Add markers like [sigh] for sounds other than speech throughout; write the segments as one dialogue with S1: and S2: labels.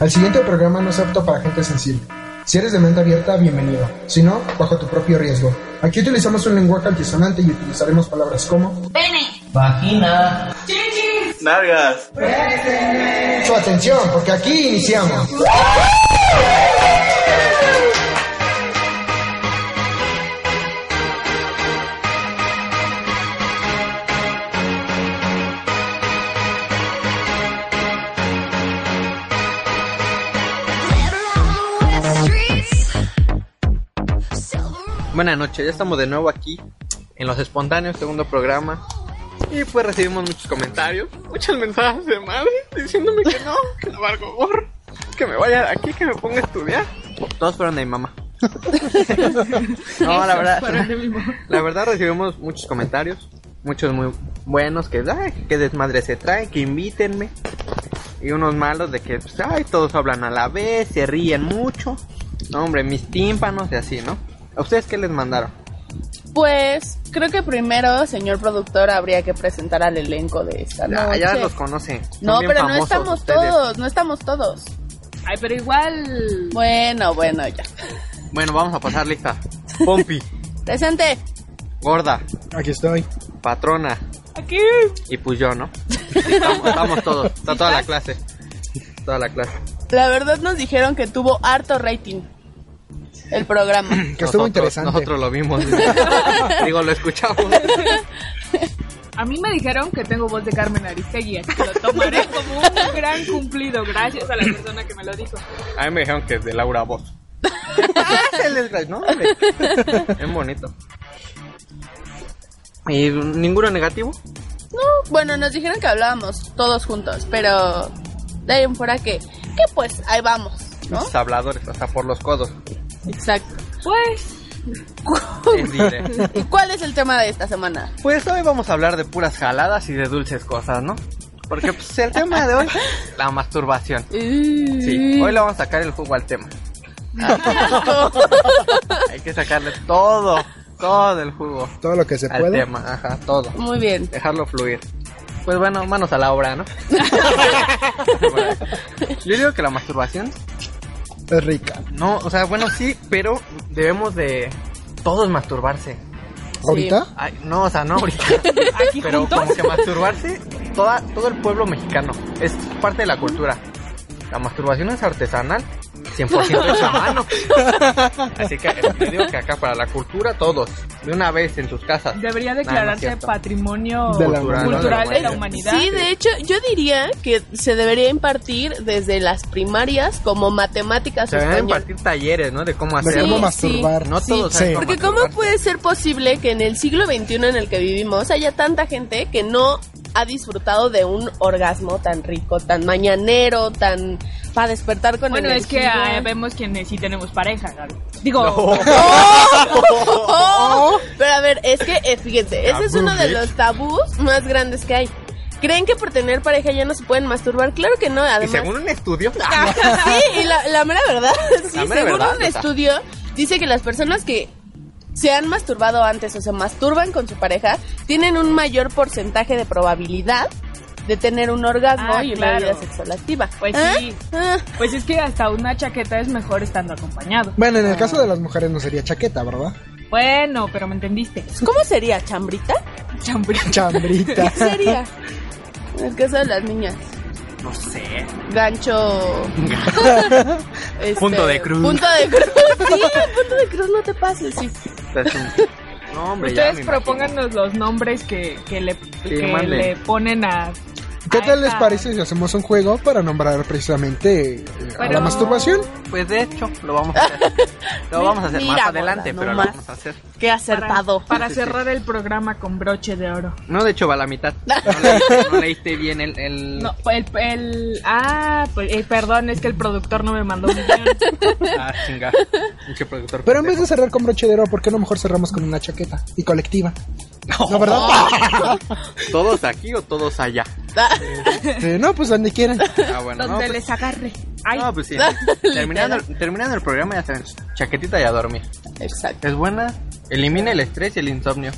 S1: El siguiente programa no es apto para gente sensible. Si eres de mente abierta, bienvenido. Si no, bajo tu propio riesgo. Aquí utilizamos un lenguaje altisonante y utilizaremos palabras como
S2: Pene.
S3: Vagina.
S2: Chichis.
S4: Nalgas.
S1: su atención, porque aquí iniciamos.
S3: Buenas noches, ya estamos de nuevo aquí en Los Espontáneos, segundo programa. Y pues recibimos muchos comentarios, muchos mensajes de madre diciéndome que no, que no valgo gorro, que me vaya de aquí, que me ponga a estudiar. Todos fueron de mi mamá. no, la verdad, la verdad recibimos muchos comentarios, muchos muy buenos que, ay, que desmadre se trae, que invítenme. Y unos malos de que, pues, ay, todos hablan a la vez, se ríen mucho. No, hombre, mis tímpanos y así, ¿no? ¿A ustedes qué les mandaron?
S5: Pues creo que primero, señor productor, habría que presentar al elenco de esta
S3: Ya,
S5: noche.
S3: ya los conocen. son
S5: no,
S3: bien
S5: pero no
S3: famosos
S5: estamos
S3: ustedes.
S5: todos, no estamos todos.
S6: Ay, pero igual.
S5: Bueno, bueno, ya.
S3: Bueno, vamos a pasar lista. Pompi,
S5: Presente.
S3: gorda,
S1: Aquí estoy.
S3: patrona
S6: Aquí.
S3: y pues yo, ¿no? Estamos, estamos todos, está toda la clase. Toda la clase.
S5: La verdad nos dijeron que tuvo harto rating el programa.
S1: Que estuvo
S3: Nosotros-
S1: interesante.
S3: Nosotros lo
S5: [laughs]
S3: vimos. Digo, lo escuchamos.
S6: A mí me dijeron que tengo voz de Carmen Aristegui, así que [clears throat] lo tomaré como un gran cumplido, gracias a la persona que me lo dijo.
S3: A mí me dijeron que es de
S1: [laughs]
S3: Laura Voz. no, hombre. Es bonito. ¿Y ninguno negativo?
S5: No, bueno, nos dijeron que hablábamos todos juntos, pero de ahí en fuera que, que pues ahí vamos, ¿no?
S3: Los habladores, hasta por los codos.
S5: Exacto.
S6: Pues,
S3: Es libre.
S5: ¿Y cuál es el tema de esta semana?
S3: Pues hoy vamos a hablar de puras jaladas y de dulces cosas, ¿no? Porque pues el
S1: [laughs]
S3: tema de hoy, la masturbación.
S5: [laughs]
S3: Sí, hoy le vamos a sacar el jugo al tema. Hay que sacarle todo, todo el jugo
S1: Todo lo que se
S3: al
S1: puede.
S3: tema, ajá, todo.
S5: Muy bien.
S3: Dejarlo fluir. Pues bueno, manos a la
S1: [laughs]
S3: obra, ¿no? Bueno, yo digo que la masturbación,
S1: Es rica.
S3: no, o sea, bueno, sí, pero debemos de todos masturbarse.
S1: ¿Ahorita?
S3: Ay, no, o sea, no [laughs] ahorita.
S6: aquí
S3: Pero
S6: juntos.
S3: como que masturbarse, toda, todo el pueblo mexicano es parte de la cultura. La masturbación es artesanal, 100% hecha a mano. Así que eh, yo digo que acá para la cultura todos, de una vez en sus casas.
S6: Debería
S3: No, no es
S6: declararse
S3: cierto.
S6: patrimonio
S1: De la
S6: cultural,
S3: humanidad.
S6: de la humanidad.
S5: Sí, de hecho, yo diría que se debería impartir desde las primarias como matemáticas
S3: Se deben
S5: español.
S3: impartir talleres, ¿no? De cómo
S1: Me
S3: hacerlo.
S1: cómo
S5: sí.
S1: masturbar.
S3: No todos
S1: Sí.
S3: saben
S5: Porque
S3: masturbarse.
S5: ¿cómo puede ser posible que en el siglo XXI en el que vivimos haya tanta gente que no ha disfrutado de un orgasmo tan rico, tan mañanero, tan para despertar con
S6: Bueno, es que
S5: energía?
S6: ah, vemos quienes sí tenemos pareja, Gaby. Digo, [laughs]
S5: ¡Oh! Pero a ver, es que eh, fíjense, ese es uno de
S3: Tabú,
S5: los tabús más grandes que hay. ¿Creen que por tener pareja ya no se pueden masturbar? Claro que no,
S3: Y
S5: además.
S3: según un estudio,
S5: [laughs] Ah. sí, y la, la mera verdad, sí,
S3: La mera
S5: según
S3: verdad,
S5: un
S3: neta.
S5: estudio, dice que las personas que se han masturbado antes o se masturban con su pareja tienen un mayor porcentaje de probabilidad de tener un orgasmo
S6: Ah,
S5: y una
S6: claro.
S5: vida sexual activa.
S6: Pues
S5: ¿Ah?
S6: sí.
S5: Ah.
S6: [laughs] pues es que hasta una chaqueta es mejor estando acompañado.
S1: Bueno, en el caso de las mujeres no sería chaqueta,
S5: [laughs]
S1: ¿verdad?
S6: Bueno, pero me entendiste.
S5: ¿Cómo sería? ¿Chambrita?
S6: Chambrí.
S3: [laughs]
S1: Chambrita.
S5: ¿Qué sería? En el caso de las niñas.
S3: no sé. [laughs]
S5: Gancho. Este,
S3: Punto de cruz.
S5: Punto de cruz. Sí, punto de cruz, no te pases. Sí.
S3: Es un- pues, No, hombre, ya
S6: Ustedes
S3: me imagino.
S6: propónganos los nombres que, que le, que
S3: mande.
S6: le ponen a
S1: ¿Qué
S6: Ahí
S1: tal les
S6: está.
S1: parece si hacemos un juego para nombrar precisamente eh, a la
S6: Pero-
S1: masturbación?
S3: Pues de hecho, lo vamos a hacer. Lo vamos a hacer
S5: Mira,
S3: más
S5: gorda,
S3: adelante,
S5: no
S3: pero
S5: más.
S3: lo vamos a hacer.
S5: Qué
S6: Para,
S5: acertado.
S6: para cerrar el programa con broche de oro.
S3: No, de hecho va a la mitad. No leíste, no leíste bien el... el-
S6: No, el, el- ah, pues, eh, perdón, es que el productor no me mandó un guión.
S3: Ah, chinga. Pinche productor.
S1: Pero en vez de cerrar con broche de oro, ¿por qué no mejor cerramos con una chaqueta y colectiva? ¿No, verdad?
S3: [laughs] ¿Todos aquí o todos allá?
S1: Eh, no, pues donde quieran.
S3: Ah, bueno. [laughs] no,
S6: donde
S3: pues-
S6: les agarre. Ay,
S3: No, pues sí. terminando, terminando el programa, ya saben, chaquetita y a dormir.
S5: Exacto.
S3: Es buena, elimina el estrés y el insomnio.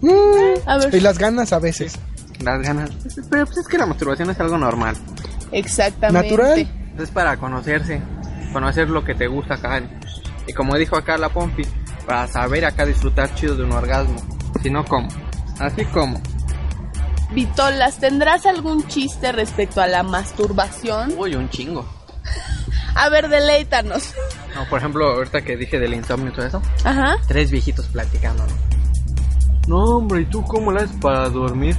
S1: Mm,
S5: A ver.
S1: Y las ganas a veces.
S3: Las ganas. Pero pues es que la masturbación es algo normal.
S5: Exactamente.
S1: Natural.
S3: Es para conocerse, conocer lo que te gusta acá. Y como dijo acá la Pompi, para saber acá disfrutar chido de un orgasmo. Si no, ¿cómo? Así como.
S5: Vitolas, ¿tendrás algún chiste respecto a la masturbación?
S3: Uy, un chingo.
S5: A ver, deleítanos.
S3: No, por ejemplo, ahorita que dije del insomnio y todo eso,
S5: Ajá.
S3: tres viejitos platicando. No, hombre, ¿y tú cómo la haces para dormir?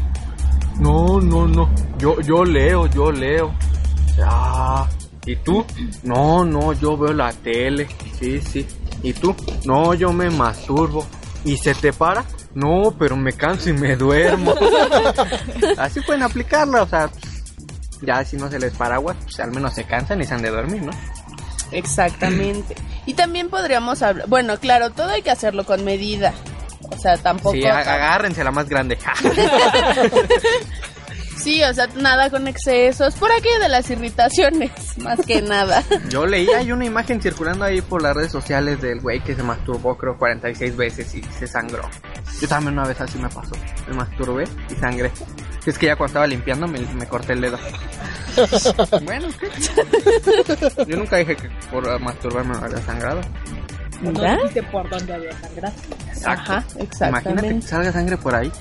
S3: No, no, no. Yo, yo leo, yo leo. Ah, ¿y tú? No, no, yo veo la tele. Sí, sí. ¿Y tú? No, yo me masturbo. ¿Y se te para? No, pero me canso y me duermo. Así pueden aplicarla, o sea, ya si no se les paraguas, pues al menos se cansan y se han de dormir, ¿no?
S5: Exactamente. Y también podríamos hablar. Bueno, claro, todo hay que hacerlo con medida. O sea, tampoco.
S3: Sí, a- agárrense la más grande. [laughs]
S5: Sí, o sea, nada con excesos. Por aquí de las irritaciones, [laughs] más que nada.
S3: Yo leía hay una imagen circulando ahí por las redes sociales del güey que se masturbó creo 46 veces y se sangró. Yo también una vez así me pasó. Me masturbé y sangré. Es que ya cuando estaba limpiando me, me corté
S5: [laughs]
S3: el dedo. bueno, ¿qué? Yo nunca dije que por masturbarme me había sangrado.
S5: ¿Verdad?
S6: dijiste por dónde había sangrado.
S3: Exacto.
S5: Ajá,
S3: Imagínate que
S5: exactamente.
S3: salga sangre por ahí.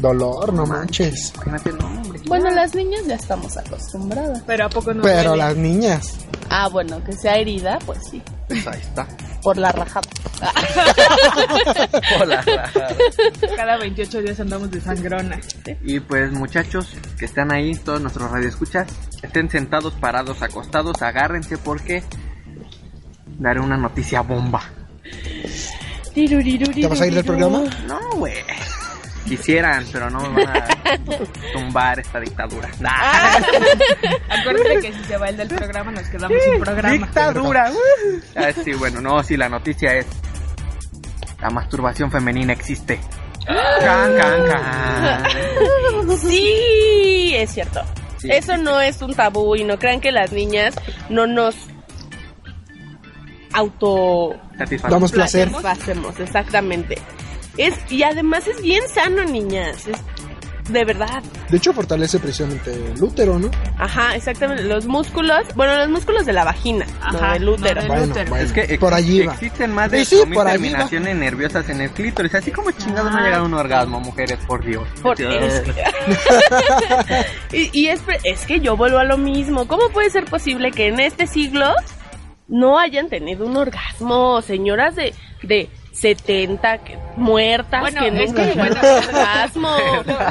S1: Dolor, no manches.
S3: Imagínate, no, hombre.
S5: Bueno, las niñas ya estamos acostumbradas.
S6: Pero a poco no
S1: Pero
S6: duele?
S1: las niñas.
S5: Ah, bueno, que sea herida, pues sí.
S3: Pues ahí está.
S5: Por la rajada.
S3: Hola.
S5: [laughs]
S6: cada 28 días andamos de sangrona.
S3: Y pues muchachos que están ahí, todos nuestros radioescuchas, estén sentados, parados, acostados, agárrense porque daré una noticia bomba.
S1: ¿Te vas a ir del programa?
S3: No, güey. Quisieran, pero no me van [laughs] a tumbar esta dictadura. Nah.
S6: Acuérdate que si se va el del programa nos quedamos sin programa.
S3: dictadura. uh. Ah, sí, bueno, no, sí, la noticia es la masturbación femenina existe. Can, can, can.
S5: Sí, es cierto.
S3: Sí.
S5: Eso no es un tabú y no crean que las niñas no nos auto
S3: Satisfacción.
S1: Damos placer.
S5: placemos, exactamente. Es y además es bien sano, niñas. Es de verdad.
S1: De hecho, fortalece precisamente el útero, ¿no?
S5: Ajá, exactamente. Los músculos, bueno, los músculos de la vagina,
S6: Ajá,
S5: no del útero.
S6: no del-
S1: Bueno,
S6: útero.
S1: bueno,
S3: Es que ex-
S1: por allí va.
S3: existen más de
S1: Y sí,
S3: 8.000
S1: por allí va.
S3: terminaciones nerviosas en el clítoris. Así como chingados no
S6: Ah.
S3: ha llegado a un orgasmo, mujeres, por Dios. Eh,
S5: Por- es- y y es, pre- es que yo vuelvo a lo mismo. ¿Cómo puede ser posible que en este siglo no hayan tenido un orgasmo? Señoras de, de 70 que- muertas
S6: Bueno,
S5: que no
S6: es que,
S5: llegaron
S6: bueno, [laughs]
S5: al orgasmo.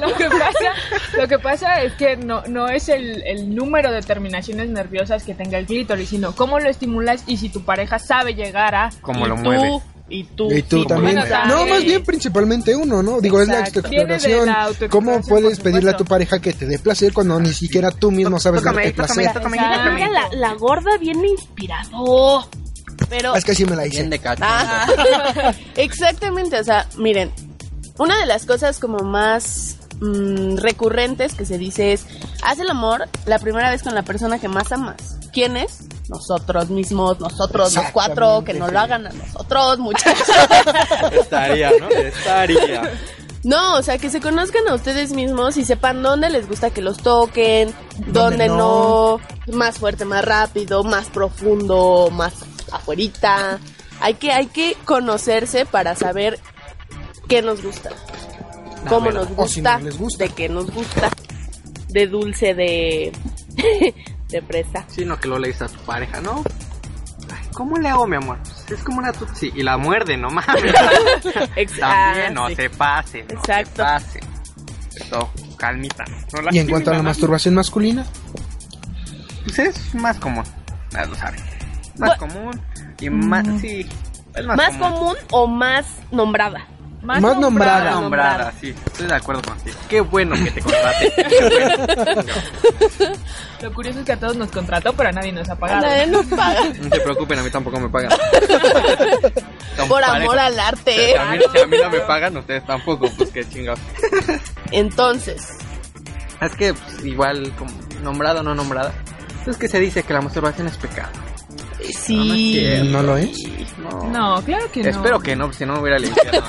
S6: Lo, lo que pasa, lo que pasa es que no, no es el, el número de terminaciones nerviosas que tenga el clítoris, sino cómo lo estimulas y si tu pareja sabe llegar a...
S3: [laughs] Como
S5: y
S3: lo
S5: tú,
S3: mueve.
S5: Y tú.
S1: Y tú
S3: Sí,
S1: también.
S3: bueno,
S6: también.
S1: no, más bien principalmente uno, ¿no? Digo,
S5: Exacto.
S1: es la
S6: Viene de
S1: autoexploración.
S6: la
S1: ¿Cómo
S6: autoexploración,
S1: puedes
S6: por
S1: pedirle a
S6: supuesto.
S1: tu pareja que te dé placer cuando ni siquiera tú mismo sabes
S3: Tócame,
S1: darte
S3: tócame,
S1: placer?
S3: tócame,
S6: Exacto.
S3: tócame.
S5: Mira, la, la gorda viene inspirador. Pero
S1: Es que sí me la
S3: Bien
S1: hice.
S3: de cacho.
S5: [laughs] Ah, Exactamente, o sea, miren, una de las cosas como más mm, recurrentes que se dice es, haz el amor la primera vez con la persona que más amas. ¿Quién es? Nosotros mismos, nosotros, los cuatro, que no lo hagan a nosotros, muchachos.
S3: Estaría, ¿no? Estaría.
S5: No, o sea, que se conozcan a ustedes mismos y sepan dónde les gusta que los toquen, dónde no? más fuerte, más rápido, más profundo, más afuerita. Hay que, hay que conocerse para saber qué nos gusta,
S3: La
S5: cómo
S3: verdad.
S5: nos
S1: Ah, O si
S5: gusta,
S1: no les gusta.
S5: de qué nos gusta, de dulce, de, [laughs] de presa.
S3: Sí, no que lo le dices a tu pareja, ¿no? Ay, ¿Cómo le hago, mi amor? Pues es como una tutsi. Y la muerde, no [laughs] mames.
S5: Ex-
S3: También,
S5: ah,
S3: no
S5: sí.
S3: se pase. No
S5: Exacto.
S3: se pase. Eso. calmita. no
S1: Y en
S3: lastimen
S1: cuanto a la
S3: nadie.
S1: masturbación masculina,
S3: Pues es más común, ya lo saben. Más común y más, sí. Es más,
S5: ¿Más común o más nombrada?
S6: Más,
S1: Más
S6: nombrada.
S3: Nombrada, nombrada, sí. Estoy de acuerdo contigo. Qué bueno que te [laughs] contraté.
S6: Lo curioso es que a todos nos contrató, pero a nadie nos ha pagado.
S5: Nadie nos paga.
S3: No se preocupen, a mí tampoco me pagan.
S5: Por
S3: Parejo.
S5: amor al
S3: Si
S5: arte.
S3: a, mí, si a mí no me pagan, ustedes tampoco, pues qué chingados.
S5: Entonces,
S3: Es que pues, igual, como nombrada o no nombrada, es que se dice que la masturbación es pecado.
S5: sí.
S3: No,
S1: no lo es.
S6: No, claro que no.
S3: Espero que no, si no me
S6: [laughs]
S3: hubiera limpiado.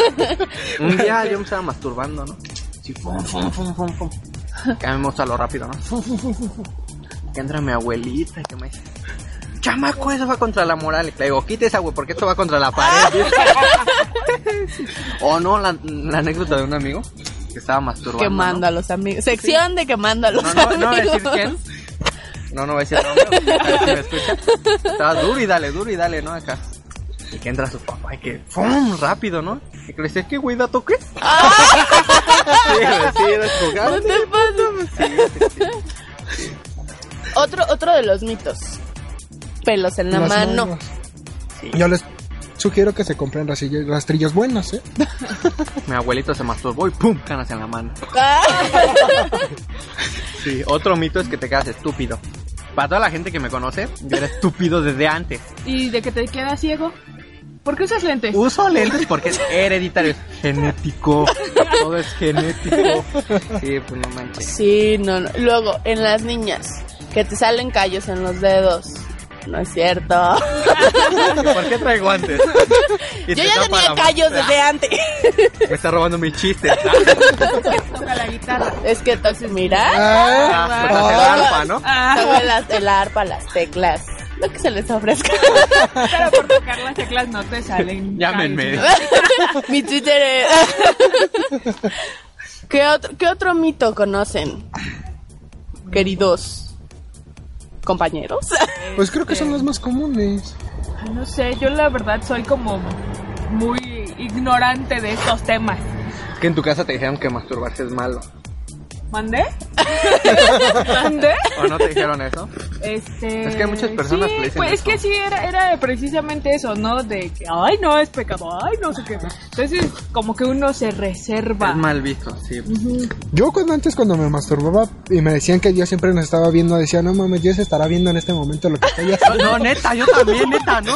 S3: Un día yo me estaba masturbando, ¿no? Sí, fum, fum, fum, fum, fum. Que a mí me gusta lo rápido, ¿no? Fum, fum, fum, fum, fum. Que entra mi abuelita y que me dice, chamaco, eso va contra la moral. Y le digo, quita esa, güey, porque esto va contra la
S6: [laughs]
S3: pared. o no, la, la anécdota de un amigo que estaba masturbando.
S5: que manda a los amigos. Sección de que manda a
S3: ¿no?
S5: los
S3: No, no, no voy a
S5: amigos.
S3: decir quién.
S5: [laughs]
S3: No, no voy a decir nombre, a ver si me escucha. Estaba duro y dale, duro y dale, ¿no? Acá. Y que entra su papá y que ¡fum! rápido, ¿no? Y que le dice, ¿qué güey dato qué? Sí, güey, sí, eres
S5: No
S3: jugando.
S5: te pases. Otro, otro de los mitos. Pelos en la
S1: Las
S5: mano.
S1: nalgas. Yo les sugiero que se compren rastrillos, rastrillos buenos, ¿eh?
S3: Mi abuelito se masturbó y ¡pum! canas en la mano.
S5: [laughs] Ah,
S3: Sí, otro mito es que te quedas estúpido. Para toda la gente que me conoce, yo era estúpido desde antes.
S6: ¿Y de que te quedas ciego? ¿Por qué usas lentes?
S3: Uso lentes porque es hereditario, es genético. Todo es genético. Sí, pues no manches.
S5: sí, no, no. Luego, en las niñas, que te salen callos en los dedos. No es cierto.
S3: [laughs] ¿Por qué traigo antes?
S5: Yo ya tenía callos desde antes. [laughs]
S3: Me está robando mi chiste.
S6: Toca la guitarra.
S5: Es que toca, mira.
S1: Ah,
S3: Ah, el arpa, ¿no?
S5: Toca las- el arpa, las teclas. Lo que se les ofrezca.
S6: Pero por tocar las teclas no te salen.
S3: [laughs] Llámenme.
S5: [laughs] Mi Twitter es... [laughs] ¿Qué otro, ¿Qué otro mito conocen? Queridos compañeros.
S1: Pues creo que son los más comunes.
S6: callos. No sé, yo la verdad soy como muy ignorante de estos temas.
S3: Que en tu casa te dijeron que masturbarse es malo.
S6: ¿Mandé? [laughs] ¿Mandé?
S3: ¿O no te dijeron eso?
S6: Este,
S3: Es que hay muchas personas
S6: sí,
S3: que le dicen
S6: pues es
S3: eso.
S6: que sí era, era precisamente eso, ¿no? De que ay no es pecado, ay no sé qué. Entonces como que uno se reserva.
S3: Es mal visto, sí.
S1: Yo cuando antes cuando me masturbaba y me decían que Dios siempre nos estaba viendo, decía, no mames, Dios estará viendo en este momento lo que estoy
S5: [laughs]
S1: haciendo.
S3: No, neta, yo también, neta, ¿no?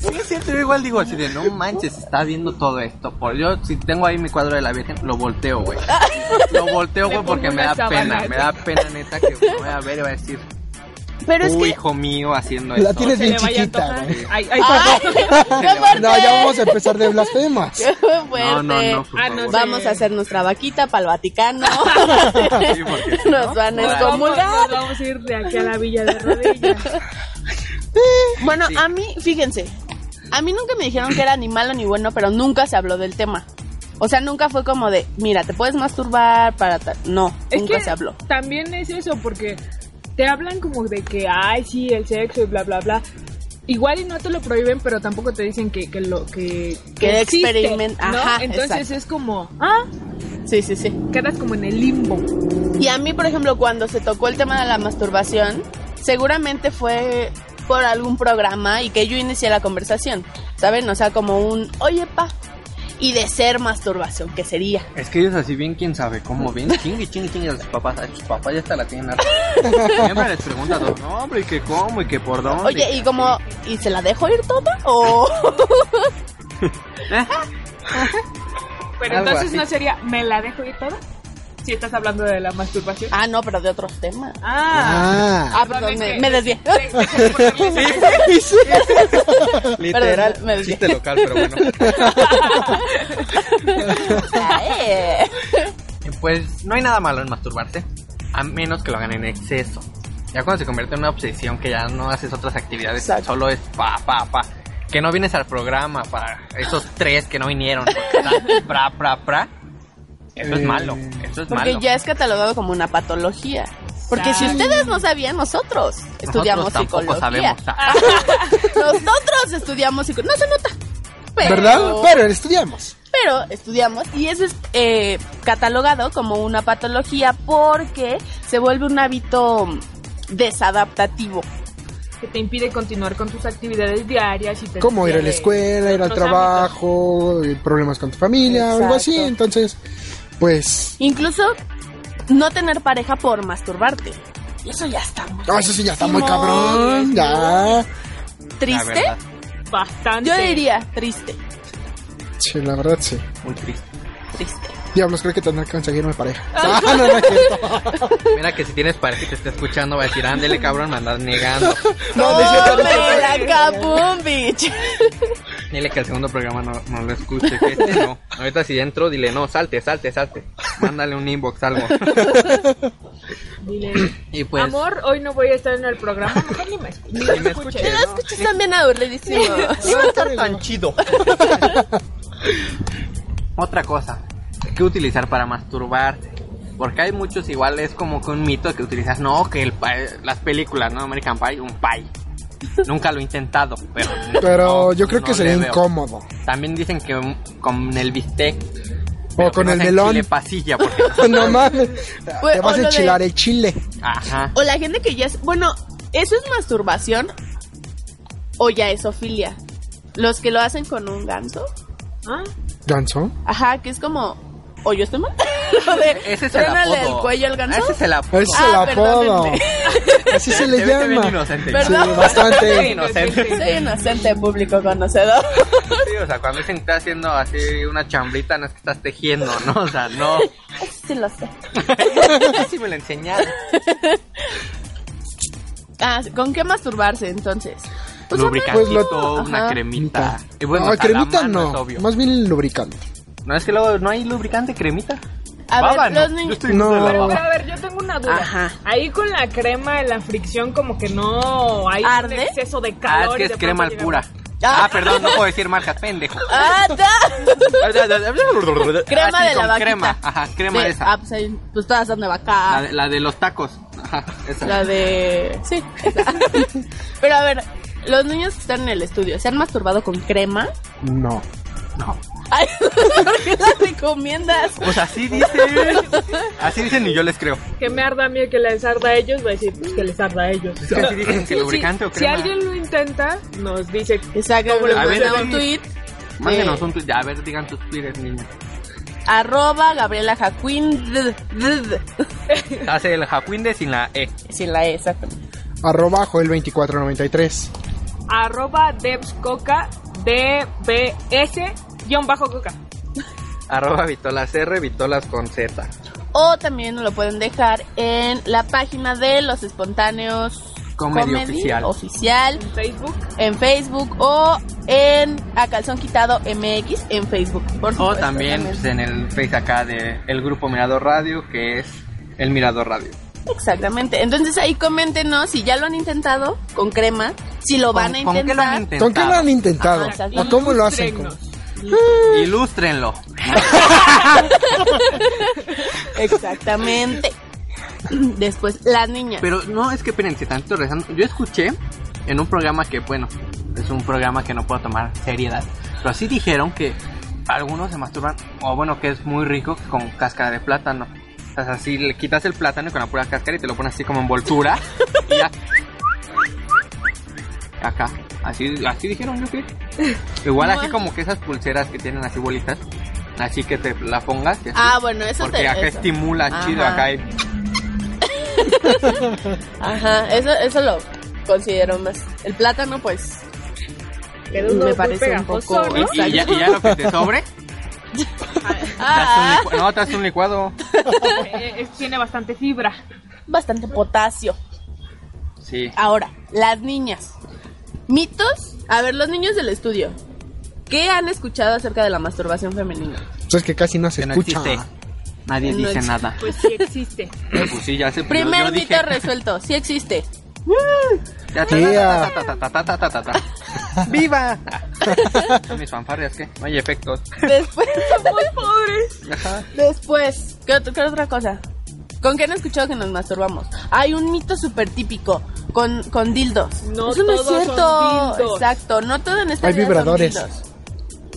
S3: Sí, es cierto, yo igual digo así de, no manches, está viendo todo esto. Por yo, si tengo ahí mi cuadro de la Virgen, lo volteo, güey. Lo volteo,
S6: Le
S3: güey, porque
S6: pongo
S3: me da
S6: una sábana.
S3: pena. Me da pena, neta, que me voy a ver y va a decir,
S5: Pero es
S3: uy,
S5: que...
S3: hijo mío, haciendo
S1: La
S3: eso.
S1: tienes
S6: se
S1: bien
S6: le vaya a
S1: chiquita,
S6: tocar.
S1: güey.
S6: Ay, ay,
S5: ¡Ay!
S6: perdón.
S5: ¡Qué [laughs] fuerte!
S1: No, ya vamos a empezar de
S5: [laughs]
S1: blasfemas.
S5: ¡Qué fuerte!
S3: No, no, no, por
S6: Ah, no,
S3: favor.
S5: Vamos a hacer nuestra vaquita para el [laughs] Vaticano. Nos van a
S6: Vamos, nos
S5: excomulgar.
S6: vamos a ir de aquí a la Villa de Rodillas.
S5: Bueno, a mí, fíjense, a mí nunca me dijeron que era ni malo ni bueno, pero nunca se habló del tema. O sea, nunca fue como de, mira, te puedes masturbar para tal. No,
S6: [laughs] Es
S5: nunca
S6: que
S5: se habló.
S6: también es eso, porque te hablan como de que, ay, sí, el sexo y bla, bla, bla. Igual y no te lo prohíben, pero tampoco te dicen que, que lo que...
S5: Que
S6: existe,
S5: experiment-
S6: ¿no?
S5: ajá,
S6: Entonces
S5: exacto.
S6: es como, ah,
S5: Sí, sí, sí.
S6: quedas como en el limbo.
S5: Y a mí, por ejemplo, cuando se tocó el tema de la masturbación, seguramente fue por algún programa y que yo inicié la conversación, ¿saben? O sea, como un, oye, pa, y de ser masturbación, ¿qué sería?
S3: Es que ellos así bien, quién sabe cómo, bien chingue, chingue, chingue a sus papás. A sus papás ya hasta la tienen
S5: [laughs]
S3: harta. Siempre les pregunta todo, no, hombre, y que cómo, y que por dónde.
S5: Oye, y como, ¿y se la dejo ir toda? ¿O
S6: Pero
S3: Algo
S6: entonces
S3: así.
S6: no sería, ¿me la dejo ir toda? Si estás hablando de la masturbación.
S5: Ah, no, pero de otros temas.
S6: Ah,
S1: Ah,
S5: Ah, perdón, me,
S6: [laughs]
S5: me desvié.
S3: Literal,
S5: Perdón, me- me-
S3: chiste local, pero bueno.
S5: [laughs] Eh.
S3: Pues no hay nada malo en masturbarse, a menos que lo hagan en exceso. Ya cuando se convierte en una obsesión que ya no haces otras actividades,
S5: Exacto.
S3: solo es pa, pa, pa. Que no vienes al programa para esos tres que no vinieron. porque están
S5: [laughs]
S3: pra, pra, pra. Eso es
S1: Eh,
S3: malo, eso es
S5: [laughs] Porque
S3: malo.
S5: ya es catalogado como una patología. Porque si ustedes no sabían, nosotros estudiamos
S3: tampoco
S5: psicología. ¿Ah,
S3: sabemos. ah,
S5: Nosotros estudiamos psicología. No se nota. Pero-
S1: ¿verdad? Pero estudiamos.
S5: pero estudiamos y eso es eh, catalogado como una patología porque se vuelve un hábito desadaptativo.
S6: que te impide continuar con tus actividades diarias y te
S1: Como ir a la
S6: impide
S1: escuela, ir al
S6: otros ámbitos.
S1: trabajo, eh, problemas con tu familia, o algo así.
S5: Exacto.
S1: Entonces, pues.
S5: Incluso no tener pareja por masturbarte. Y eso ya está muy
S1: no, eso sí ya está muy
S5: No,
S1: cabrón.
S5: Dios
S1: Ya.
S3: La
S5: triste.
S3: verdad,
S6: Bastante.
S5: Yo diría triste,
S1: Sí, la verdad sí.
S3: muy triste.
S5: triste.
S1: Diablos, creo que tendré que conseguirme
S5: [laughs]
S1: pareja. Ah, no, no, es cierto.
S3: Mira que si tienes pareja que te está escuchando, va a decir, ándele cabrón, me andas negando.
S1: No, no es cierto,
S5: ¡Oh,
S1: no es cierto.
S5: me la capum, bitch!
S3: Dile que el segundo programa no, no lo escuche, que este no. Ahorita si entro, dile, no, salte, salte, salte. Mándale un inbox, algo.
S6: Dile,
S3: Y [clears throat] pues...
S6: Amor, hoy no voy a estar en el
S3: [laughs]
S6: programa. Mejor ni me, escu- ni
S3: Ni me
S6: escuches.
S3: escuches.
S5: Los escuchas también aburridísimos.
S3: No va a estar tan chido. Otra cosa, ¿qué utilizar para masturbarte? Porque hay muchos igual, es como que un mito que utilizas, no, que el pa- las películas, ¿no? American Pie, un pie. Nunca lo he intentado, pero...
S1: Pero
S3: no,
S1: yo creo
S3: no
S1: que sería
S3: le veo. [laughs]
S1: incómodo. [laughs]
S3: También dicen que un- con el bistec...
S1: O
S3: pero
S1: con
S3: que no
S1: el
S3: sea
S1: melón.
S3: chile
S1: [laughs]
S3: pasilla, porque...
S1: no mames.
S5: Pues,
S1: Te vas
S5: o
S1: a
S5: lo de-
S1: enchilar el chile.
S3: Ajá.
S5: O la gente que ya es. Bueno, ¿eso es masturbación? ¿O ya es ofilia? Los que lo hacen con un ganso.
S6: ¿Ah?
S1: ¿Ganso?
S5: Ajá, que es como. ¿O yo estoy mal? [laughs] Lo de.
S3: Ese es el
S5: trónale
S3: apodo.
S5: el cuello al ganso.
S3: Ese es el apodo.
S1: Ese es el
S5: Ah,
S1: apodo.
S5: [laughs]
S1: Así se le
S3: Te viste bien
S1: llama.
S3: inocente.
S1: [laughs] Sí,
S5: Perdón.
S3: Sí,
S1: bastante.
S3: inocente.
S5: Soy inocente público conocedor.
S3: [laughs] Sí, o sea, cuando dicen que estás haciendo así una chambrita, no es que estás tejiendo, ¿no? O sea,
S5: [laughs]
S3: no.
S5: Eso sí lo sé. [laughs]
S3: Así me lo enseñaron.
S5: Ah, ¿con qué masturbarse entonces? Pues,
S3: Lubricantito,
S1: Pues lo-
S3: una
S5: Ajá.
S3: [laughs] cremita. Y bueno,
S1: Ah,
S3: hasta la
S1: cremita
S3: mano
S1: no.
S3: es obvio.
S1: Más bien lubricante.
S3: No es que luego no hay lubricante cremita.
S5: A ver,
S3: Baba, ¿no?
S5: los niños-
S3: Ah, Yo estoy diciendo
S1: No.
S3: de la
S6: Pero,
S3: baba.
S6: pero a ver, yo tengo una duda.
S5: Ajá.
S6: Ahí con la crema, la fricción, como que no hay un
S5: ¿Arde?
S6: exceso de
S3: Ah,
S6: calor.
S3: es que
S6: y
S3: es
S6: de
S3: crema al
S6: pronto
S3: pura.
S6: llega-
S5: Ah.
S3: Ah, perdón, no puedo decir marcas, pendejo. [laughs]
S5: ¡Ah, da! [laughs] Crema
S3: Ah, sí,
S5: de la
S3: con
S5: vaquita.
S3: crema, ajá, crema
S5: Sí,
S3: esa.
S5: ah, pues, ahí, pues todas son de vaca.
S3: La de, la de los tacos. Ajá, esa.
S5: La de. Sí. Pero a ver, los niños que están en el estudio, ¿se han masturbado con crema?
S1: No.
S3: No.
S5: Ay, ¿por qué las recomiendas?
S3: Pues así
S5: [laughs]
S3: dicen. Así dicen y yo les creo.
S6: Que me arda a mí, que les arda a ellos, voy a decir pues, que les arda a ellos.
S3: Es que así dicen que
S6: Sí,
S3: lubricante o
S6: si
S3: crema.
S6: alguien lo intenta, nos dice que
S5: Exacto,
S3: A ver,
S5: manda un
S3: Denise.
S5: tweet.
S3: Mándenos un tweet. A ver, digan tus tweets, niña.
S5: Arroba Gabriela Jaquín. d- d- d-
S3: Hace el jacuinde sin la E.
S5: Sin la E, exacto.
S1: Arroba Joel 2493.
S6: arroba debscoca, dbs, guión bajo coca.
S3: Arroba vitolas R, vitolas con Z.
S5: O también lo pueden dejar en la página de los espontáneos.
S3: Comedy Oficial.
S5: Oficial,
S6: En Facebook.
S5: en Facebook o en A Calzón Quitado MX en Facebook. Por
S3: O
S5: supuesto,
S3: también pues, en el face acá de el grupo Mirador Radio, que es el Mirador Radio.
S5: Exactamente. Entonces ahí coméntenos si ya lo han intentado con crema, si lo van a
S3: ¿Con- con qué lo han
S5: intentar.
S1: ¿Con qué lo han intentado?
S5: Ajá, exacto.
S1: ¿O cómo lo hacen?
S6: Ilústrenos.
S3: Ilústrenlo. [laughs]
S5: Exactamente. Después, las niñas.
S3: Pero no, es que espérense, tantito regresando. Yo escuché en un programa que, bueno, es un programa que no puedo tomar seriedad. Pero sí dijeron que algunos se masturban, o bueno, que es muy rico con cáscara de plátano. O sea, así le quitas el plátano y con la pura cáscara y te lo pones así como envoltura. y ya. Acá. Así, así dijeron, yo creo. Igual así como que esas pulseras que tienen así bolitas. Así que te la pongas. y así.
S5: Ah, bueno, eso
S3: Porque
S5: te.
S3: acá
S5: eso.
S3: estimula
S5: Ajá.
S3: chido, acá hay
S5: Ajá, eso, eso lo considero más. El plátano,
S3: [laughs]
S5: pues.
S6: Quedó uno
S5: me
S6: muy
S5: parece un
S6: pegajoso,
S5: poco.
S6: ¿no?
S3: Y, y ya,
S5: Exacto.
S3: y ya lo que te sobre,
S5: Ah,
S3: traes un licua- no, traes un licuado.
S6: [laughs] Eh, eh, tiene bastante fibra.
S5: bastante potasio.
S3: Sí.
S5: Ahora, las niñas. Mitos. A ver, los niños del estudio. ¿Qué han escuchado acerca de la masturbación femenina?
S1: Entonces Pues que casi no se
S3: Que no
S1: escucha.
S3: existe. Nadie
S5: No
S3: dice
S5: existe.
S3: nada.
S6: Pues sí
S3: [laughs]
S6: existe.
S3: Pues sí, ya se yo-
S5: Primer
S3: yo
S5: mito
S3: dije-
S5: resuelto.
S3: [laughs]
S5: Sí existe.
S3: Ya, ta,
S1: Tía.
S3: ta, ta, ta, ta, ta, ta, ta, ta, ta. ¡Viva! Mis fanfarrias, ¿qué? No hay efectos.
S5: [laughs] Después.
S6: Pobres.
S3: Ajá.
S5: Después, ¿qué, ot- qué otra cosa? ¿Con qué han escuchado que nos masturbamos? Hay un mito súper típico con, con dildos.
S6: No
S5: Eso no es
S6: todos son
S5: cierto.
S6: dildos.
S5: Exacto, no todo en esta
S1: Hay
S5: vida son
S1: vibradores.
S5: dildos.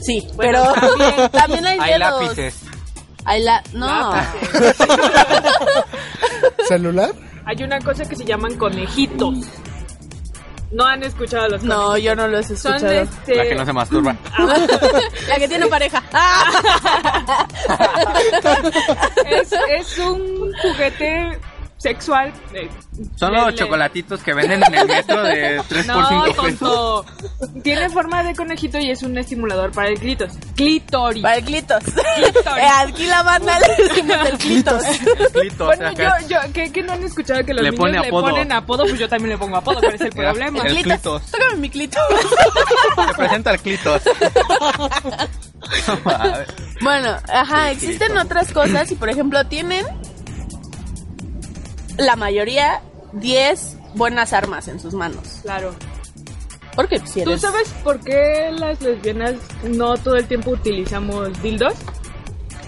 S5: Sí,
S6: Bueno,
S5: pero
S6: también-
S5: [laughs] también, hay,
S3: Hay
S5: dedos.
S3: lápices.
S5: Hay la...
S3: Ah.
S5: No.
S6: Ah,
S2: ¿Celular?
S6: Hay una cosa que se llaman conejitos. No han escuchado los
S5: No, yo no los he
S6: Son Ah.
S5: escuchado.
S6: este.
S3: La que no se masturba.
S5: [laughs] La que tiene
S6: [laughs]
S5: pareja.
S6: Ah.
S5: [laughs]
S6: es, es un juguete sexual. eh,
S3: Son
S6: le-
S3: los
S6: le-
S3: chocolatitos que venden en el metro de 3 por
S6: No,
S3: 5 pesos.
S6: tonto. Tiene forma de conejito y es un estimulador para el clitos. Clitoris.
S5: Para el clitos.
S6: Clitoris.
S5: Eh, aquí la banda le decimos el clitos.
S3: Clitos,
S6: Bueno, yo,
S3: acá.
S6: yo, ¿qué, qué no han escuchado que los
S3: Le
S6: niños
S3: pone
S6: le
S3: apodo.
S6: ponen apodo? Pues yo también le pongo apodo, ¿cuál es
S3: [laughs]
S6: el problema?
S3: El
S5: clitos.
S3: clitos.
S5: Tócame
S6: [laughs]
S5: mi clitos.
S3: Te presento al clitos. No, [laughs] a ver.
S5: Bueno, ajá, existen otras cosas y por ejemplo tienen la mayoría 10 buenas armas en sus manos.
S6: Claro.
S5: Porque si
S6: ¿Tú
S5: eres-
S6: sabes por qué las lesbianas no todo el tiempo utilizamos dildos?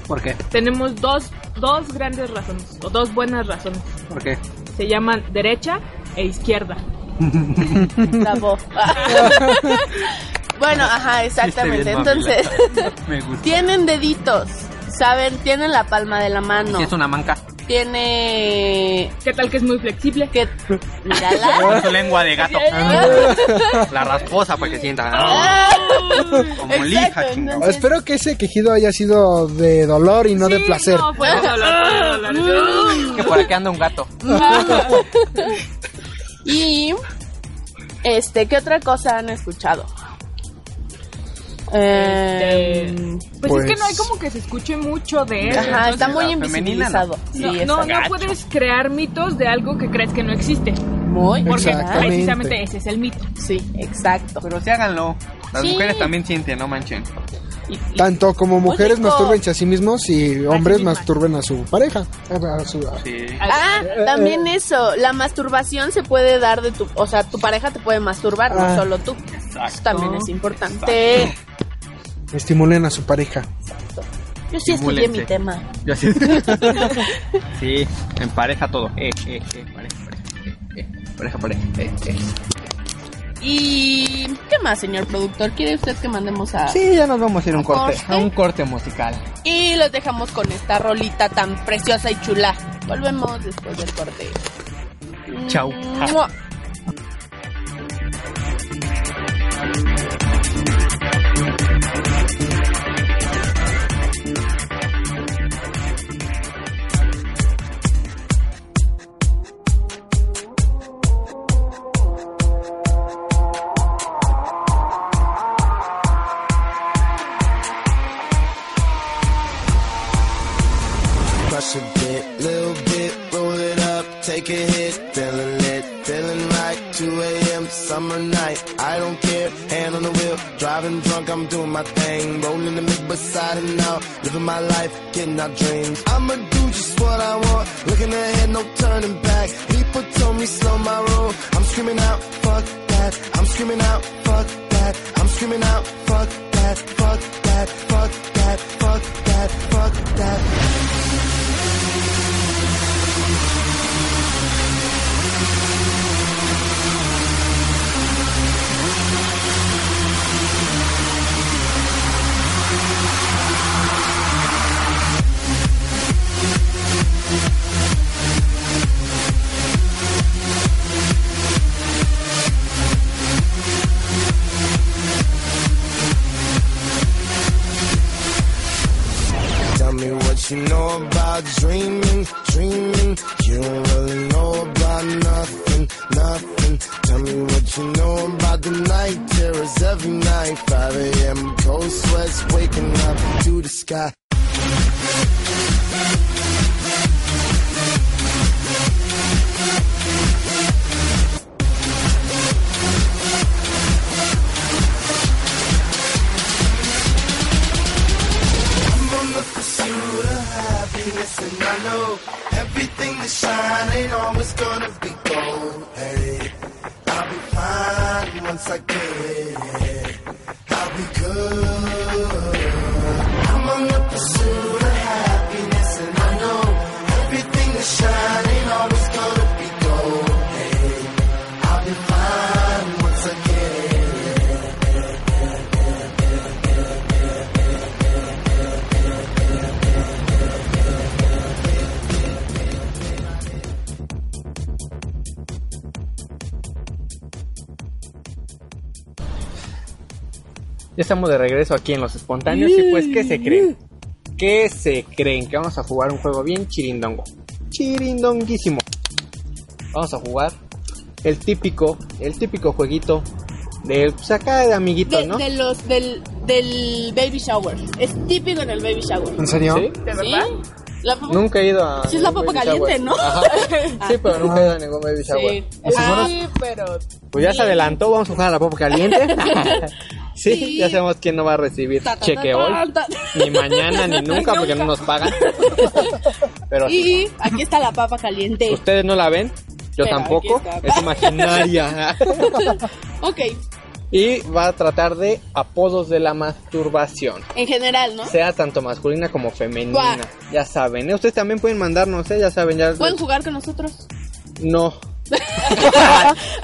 S3: ¿Por qué?
S6: Tenemos dos, dos grandes razones, o dos buenas razones.
S3: ¿Por qué?
S6: Se llaman derecha e izquierda.
S5: La voz. [laughs] bueno, ajá,
S3: Viste
S5: exactamente.
S3: bien,
S5: Entonces, [laughs]
S3: mamila. Me gusta.
S5: tienen deditos, saben, tienen la palma de la mano,
S3: Sí, Es una manca.
S5: tiene
S6: ¿Qué tal que es muy flexible?
S5: que mírala.
S3: Con su lengua de [laughs]
S5: [laughs]
S3: gato. La rasposa para que sienta. Como
S5: Ah. Exacto,
S3: lija, chingada.
S5: entonces-
S2: Espero que ese quejido haya sido de dolor y no de
S6: Sí,
S2: placer.
S6: No, fue de dolor, fue de dolor.
S3: Es que por aquí anda un gato.
S5: [laughs] Y este, ¿qué otra cosa han escuchado? Eh,
S6: Pues,
S2: Pues-
S6: es que no hay como que se escuche mucho de eso.
S5: ajá, está muy
S3: la femenina, Este, ¿no?
S5: invisibilizado. Sí,
S6: No, no,
S5: exacto.
S6: no puedes crear mitos de algo que crees que no existe.
S5: muy
S6: Porque
S2: Exactamente.
S6: precisamente ese es el mito.
S5: Sí, exacto.
S3: Pero sí háganlo. Las
S5: Sí.
S3: mujeres también sienten, no manchen.
S5: Y- y-
S2: Tanto como mujeres
S5: rico.
S2: masturbense a sí mismos y hombres
S6: mismas.
S2: masturben a su pareja. Eh, A a su- a-
S3: Sí.
S5: Ah, también eso, la masturbación se puede dar de tu, o sea, tu pareja te puede masturbar,
S2: Ah.
S5: no solo tú. Eso también es importante.
S2: Estimulen a su pareja.
S5: Yo sí estudié
S3: Estimúlense.
S5: mi tema.
S3: Yo
S5: [laughs]
S3: así. sí, en pareja todo. Eh, eh, eh, pareja, pareja. eh, eh, Pareja, pareja. eh, eh.
S5: ¿Y qué más, señor productor? ¿Quiere usted que mandemos a...?
S3: Sí, ya nos vamos a ir a un corte.
S5: Ah. Corte.
S3: A un corte musical.
S5: Y los dejamos con esta rolita tan preciosa y chula. Volvemos después del corte. Mm.
S3: Chau.
S5: Mua.
S4: Crush a bit, little bit, roll it up, take a hit, feeling lit, feeling right. 2 a.m. summer night, I don't care, hand on the wheel, driving drunk, I'm doing my thing, rolling the mid beside and out, living my life, getting our dreams. I'ma do just what I want, looking ahead, no turning back. People told me slow my roll, I'm screaming out, fuck that, I'm screaming out, fuck that, I'm screaming out, fuck that, fuck that, fuck that, fuck that, fuck that. Tell me what you know about dreaming, dreaming. You don't really know about nothing, nothing. Tell me what you know about the night terrors every night. 5 a.m. cold sweats waking up to the sky. pursuit of happiness and I know everything that shine ain't always gonna be gold. Hey, I'll be fine once I get it. I'll be good. I'm on the pursuit of happiness and I know
S3: Ya estamos de regreso aquí en los espontáneos y pues ¿qué se creen? ¿Qué se creen? Que vamos a jugar un juego bien chirindongo. Chirindonguísimo. Vamos a jugar el típico, el típico jueguito de pues acá de amiguitos,
S5: De,
S3: ¿no?
S5: de los, del, del baby shower. Es típico en el baby shower.
S2: ¿En serio?
S3: ¿Sí?
S6: ¿De
S5: ¿Sí?
S6: verdad?
S5: La papa-
S3: Nunca he ido a.
S5: Sí, es la
S3: ningún
S5: papa
S3: baby shower.
S5: caliente, ¿no?
S3: Ajá.
S5: [laughs]
S3: Sí, pero nunca he ido a ningún baby shower.
S5: Sí. Ah,
S6: Sí, pero
S3: Pues ya se adelantó, vamos a jugar a la papa
S5: [laughs]
S3: caliente. [laughs] sí,
S5: Sí.
S3: ya sabemos quién no va a recibir ¿eh?
S5: Ta, ta, ta,
S3: cheque hoy.
S5: ta, ta.
S3: Ni mañana, ni nunca, porque no nos pagan. pero sí.
S5: Y aquí está la papa caliente.
S3: ustedes no la ven, yo
S5: Pero
S3: tampoco.
S5: aquí está.
S3: Es imaginaria. [laughs]
S5: Ok,
S3: y va a tratar de apodos de la masturbación.
S5: en general, ¿no?
S3: Sea tanto masculina como femenina.
S5: Buah.
S3: Ya saben, ¿eh? ustedes también pueden mandarnos, ¿eh? ya saben. Ya
S5: Pueden jugar con nosotros.
S3: No.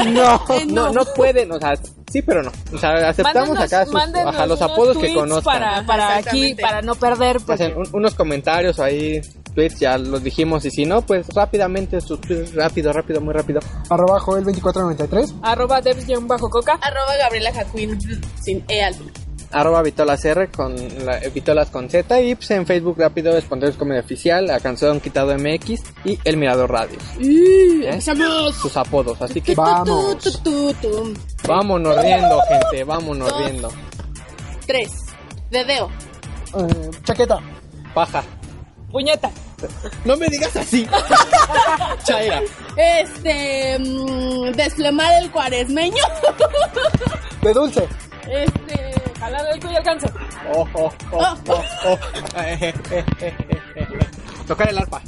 S2: No.
S5: Eh,
S3: No, no pueden, o sea, sí, pero no. O sea, aceptamos
S6: mándenos-
S3: acá sus-
S6: mándenos
S3: ajá, los
S6: unos
S3: apodos que
S6: tweets
S3: conozcan.
S6: Para, para aquí,
S5: Exactamente.
S6: para no perder. pues. porque-
S3: Hacen Pues un- unos comentarios ahí, tweets, ya los dijimos. Y si no, pues rápidamente, sus tweets, rápido, rápido, muy rápido.
S2: Arroba Joel 2493.
S6: Arroba Debs-Coca.
S5: Arroba Gabriela Jacuín sin E al final.
S3: Arroba Vitolas R con la- eh, Vitolas con Z. Y pues en Facebook, rápido, Espontáneos Comedia Oficial, la canción Quitado MX y El Mirador Radio. ¿Eh?
S5: ¡Empezamos!
S3: Sus apodos, así que
S2: Vamos.
S5: Tu, tu, tu, tu.
S3: vámonos riendo, gente, vámonos
S5: Dos.
S3: riendo.
S5: Tres. Dedeo.
S2: Eh, chaqueta.
S3: Paja.
S6: Puñeta.
S3: No me digas así. [laughs] Chaira.
S5: Este. mm, desflemar el cuaresmeño. [laughs]
S2: De dulce.
S5: Este.
S6: Jalando el cuello al ganso.
S3: Oh, oh, oh,
S5: Oh.
S3: oh, oh. Eh, eh, eh, eh, eh. [laughs] Tocar el arpa.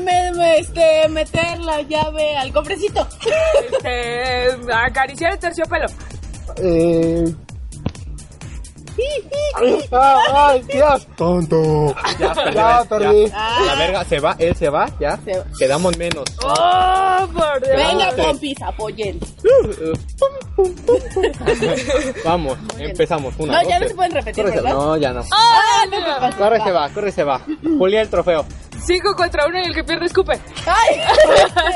S5: me- me- este. Meter la llave al cofrecito. [laughs]
S6: Este, acariciar el terciopelo.
S2: Eh... Ay, Ah, ay, Dios. Tonto.
S3: Ya,
S2: Ya, perdí.
S3: A La verga se va, él se va, ya.
S5: Se va.
S3: Quedamos menos.
S6: ¡Oh, por Dios!
S5: Venga, pompis, apoyen.
S3: Vamos,
S5: bien.
S3: empezamos. Una,
S5: No,
S3: dos,
S5: ya no
S3: tres.
S5: se pueden repetir,
S3: Corre, se-
S5: ¿verdad?
S3: No, ya no.
S5: ¡Ah, no me pasa.
S3: Corre, se va, corre, se va. Julia el trofeo.
S6: Cinco contra uno y el que pierde escupe.
S5: ¡Ay!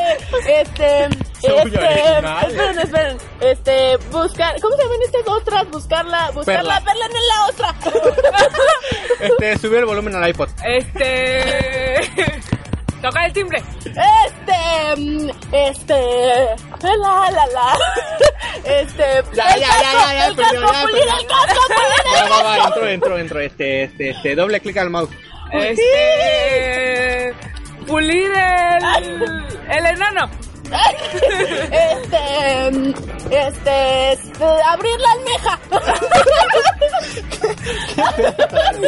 S5: [laughs] Este, este,
S3: Soy
S5: este,
S3: original.
S5: esperen, esperen. Este, buscar, ¿cómo se llaman estas otras? Buscarla, buscarla,
S3: Perla.
S5: verla en la otra. [laughs]
S3: Este, sube el volumen al iPod.
S6: Este. [laughs] Tocar el timbre.
S5: Este, mm, este, la, la, la. [laughs] Este,
S3: Ya,
S5: el
S3: ya,
S5: casco,
S3: ya, ya, ya,
S5: el
S3: perdió,
S5: casco,
S3: ya,
S5: pulir el
S3: perdió.
S5: casco, pulir el
S3: Va, va, va,
S5: casco.
S3: entro, entro, entro. Este, este, este, doble clic al mouse.
S6: Este. Pulir el. El enano.
S5: Este, mm, este, este, abrir la almeja.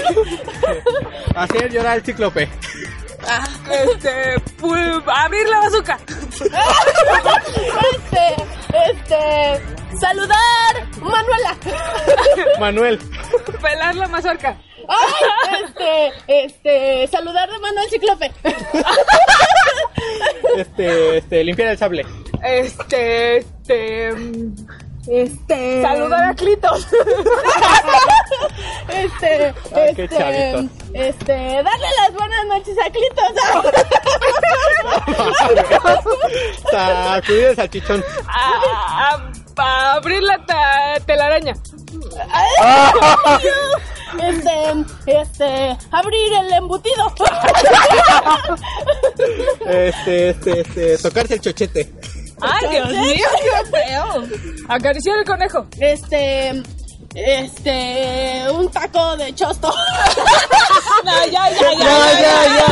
S5: [laughs]
S3: Hacer llorar al cíclope.
S6: Este. pu- abrir la bazooka.
S5: Este, este, saludar, Manuela. [laughs]
S3: Manuel.
S6: Pelar la mazorca.
S5: Ay, este, este, saludar de mano al cíclope.
S3: Este, este, limpiar el sable.
S6: Este. Este. mm,
S5: Este,
S6: Saludar a Clitos.
S5: Este,
S3: Ay, qué
S5: este,
S3: chavitos.
S5: este, darle las buenas noches a Clitos. [laughs]
S3: Sacudir el salchichón.
S6: A, a- a abrir la ta- telaraña.
S5: Este, este, abrir el embutido.
S3: Este, este, este, tocarse el chochete.
S6: ¡Ay, Dios mío, qué feo! Acariciar el conejo.
S5: Este, este, un taco de chosto.
S6: No, ya, ya, ya,
S3: ya, ya,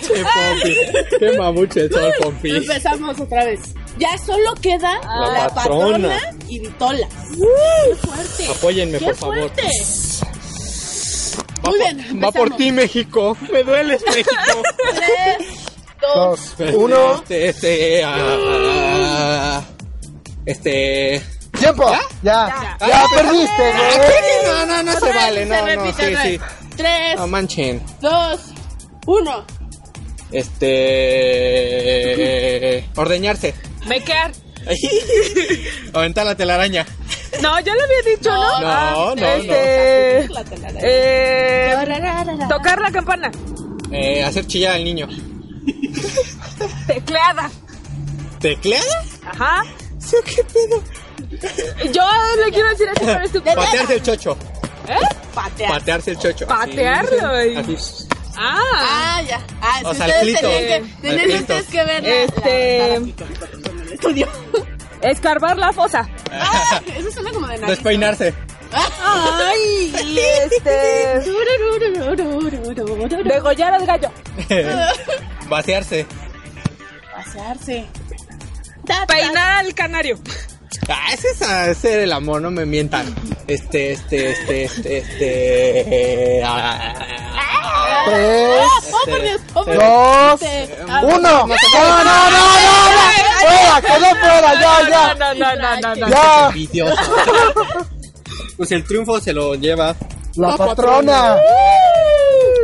S3: Che, Pompi. Qué mamuche son, Pompi.
S5: Empezamos otra vez. Ya solo queda
S3: La
S5: la
S3: patrona.
S5: patrona y Vitola. ¡Qué fuerte!
S3: Apóyenme,
S5: ¡Qué
S3: por favor.
S5: fuerte!
S3: Va por-
S5: Muy bien,
S3: Va por
S5: empezamos.
S3: ti, México. Me dueles, México.
S5: Tres, dos,
S2: Dos.
S3: Este,
S2: Uno.
S3: Este, este. ah, este.
S2: Tiempo. Ya. Ya perdiste,
S3: Ah,
S2: güey.
S3: ¿qué? No, no, no se
S5: Otra vez,
S3: vale. No, no,
S5: repite
S3: sí,
S5: otra
S3: sí.
S5: vez. Tres,
S3: No manchen.
S5: dos, uno.
S3: Este. Ordeñarse.
S6: Mequear.
S3: [laughs] Aventar la telaraña.
S6: No, ya lo había dicho, ¿no?
S3: No,
S6: Ah,
S3: no,
S6: este, eh, tocar la campana.
S3: Eh, hacer chillar al niño.
S6: Tecleada.
S3: ¿Tecleada?
S6: Ajá.
S3: ¿Sí, ¿Qué pedo?
S6: Yo le quiero decir este esto, pero estoy
S3: Patearse el chocho.
S5: Patear.
S3: Patearse el chocho. así,
S6: Patearlo,
S3: así,
S6: y-
S3: así.
S6: Ah,
S5: Ah, ya. Ah,
S3: O
S5: si
S3: sea,
S5: ustedes
S3: al clito.
S5: tenían que,
S3: Al
S5: tenían
S3: clito.
S5: ustedes que ver la-
S6: Este-
S5: la- la- la- la- en el estudio.
S6: escarbar la fosa.
S5: Ah, eso suena como de nariz.
S3: Despeinarse. [laughs]
S6: [laughs] Ay, y este.
S5: Durururururururururu.
S6: Degollar al gallo.
S3: Vaciarse.
S5: Pasearse. Ta, ta,
S6: Peinar al canario.
S3: Ah, ese es hacer el amor, no me mientan. Este, este, este, este, este. eh, ah,
S2: Tres,
S5: Oh, por Dios, ah, oh, por
S2: dos,
S5: Dios.
S2: uno. No, no, no, no, no. Fuera, quedó fuera, ya, ya.
S6: No, no, no, no, no. no.
S2: Ya,
S3: envidioso. Pues el triunfo se lo lleva.
S2: la patrona.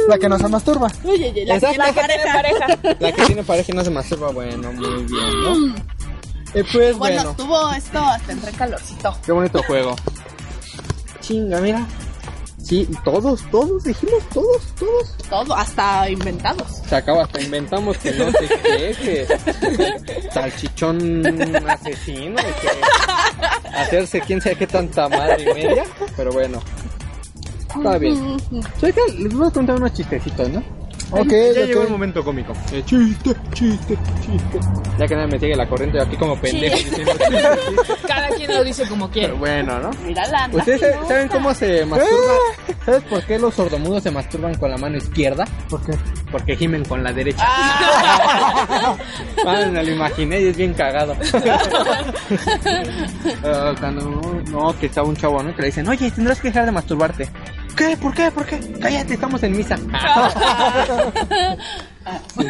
S2: La que no se masturba.
S5: Oye, oye, la,
S3: Exacto.
S5: la pareja.
S3: La que tiene pareja y no se masturba, bueno, muy bien, ¿no? Eh, pues
S5: Bueno,
S3: bueno,
S5: estuvo esto hasta entre calorcito.
S3: qué bonito juego. Chinga, mira. Sí, todos, todos, dijimos todos, todos.
S5: Todo, hasta inventados.
S3: Se acaba, hasta inventamos que no sé qué, que salchichón asesino, y que hacerse quién sabe qué tanta madre y media, pero bueno, está bien. Soy que les voy a contar unos chistecitos, ¿no?
S2: Ok,
S3: Ya llegó el
S2: ok.
S3: momento cómico. Eh, chiste, chiste, chiste. Ya que nadie me sigue la corriente, yo aquí como pendejo diciendo chiste, chiste.
S6: Cada quien lo dice como quiere.
S3: Pero bueno, ¿no?
S5: Mira la anda.
S3: ¿Ustedes sa- saben cómo se masturba?
S2: Ah.
S3: ¿Sabes por qué los sordomudos se masturban con la mano izquierda?
S2: ¿Por qué?
S3: Porque gimen con la derecha. Ah, me lo imaginé y es bien cagado. Ah, cuando no, que estaba un chavo, ¿no? Que le dicen, oye, tendrás que dejar de masturbarte. ¿Qué? ¿Por qué? ¿Por qué? Cállate, estamos en misa. Sí.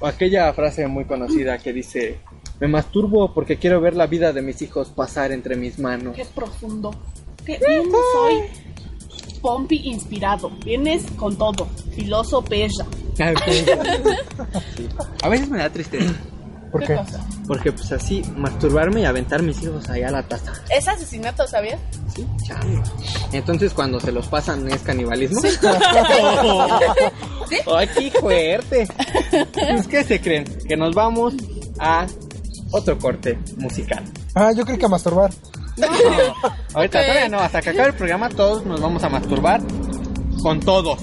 S3: O aquella frase muy conocida que dice, me masturbo porque quiero ver la vida de mis hijos pasar entre mis manos.
S5: Qué profundo. Qué bien soy. Pompi inspirado. Vienes con todo. Filoso perra.
S3: Ah, ok. Sí. A veces me da tristeza.
S2: ¿Por qué?
S5: cosa?
S3: Porque pues así, masturbarme y aventar mis hijos allá a la taza.
S5: Es asesinato, ¿sabías?
S3: Sí, chale. Entonces cuando se los pasan es canibalismo. [laughs] Ay, qué fuerte. Pues, ¿Qué se creen? Que nos vamos a otro corte musical.
S2: Ah, yo creo que a masturbar.
S3: Ahorita
S5: Ok.
S3: todavía no, hasta que acabe el programa todos nos vamos a masturbar con todo.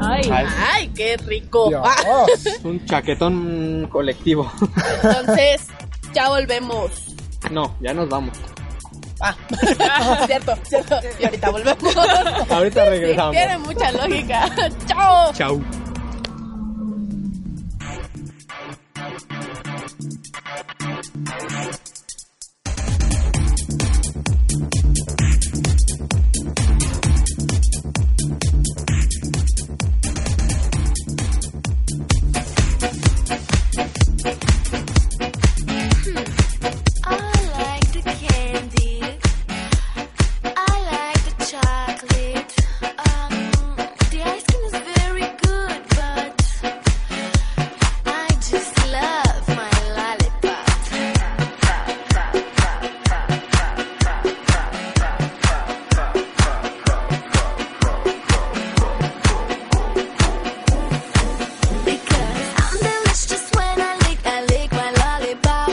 S6: Ay.
S3: Ay,
S5: [laughs] Ay, qué
S3: Oh.
S5: rico.
S2: Dios.
S5: Ah,
S3: un chaquetón colectivo. [laughs]
S5: entonces, ya [laughs] volvemos.
S3: No, ya nos vamos.
S5: Ah, cierto, cierto. Y ahorita
S7: [laughs]
S5: volvemos.
S3: Ahorita
S5: Sí,
S3: regresamos.
S5: tiene mucha lógica. [laughs] Chao.
S3: Chau.
S8: I like the candy. I like the chocolate. Um, the ice cream is very good, but I just love my lollipop. Because I'm delicious when I lick, I lick my lollipop.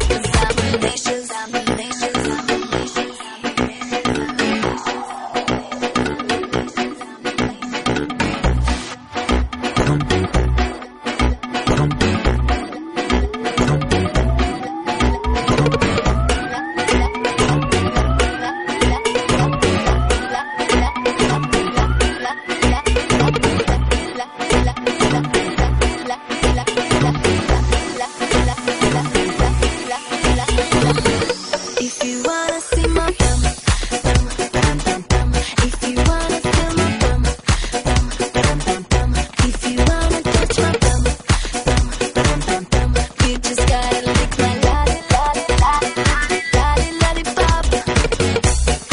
S8: combinations, combinations, combinations, If you wanna see my bum, bum, bum, bum, bum. If you wanna feel my bum, bum, bum, bum, bum. If you wanna touch my bum, bum, bum, bum, bum. You just gotta lick my lolly, lolly, lolly, lolly, lollipop.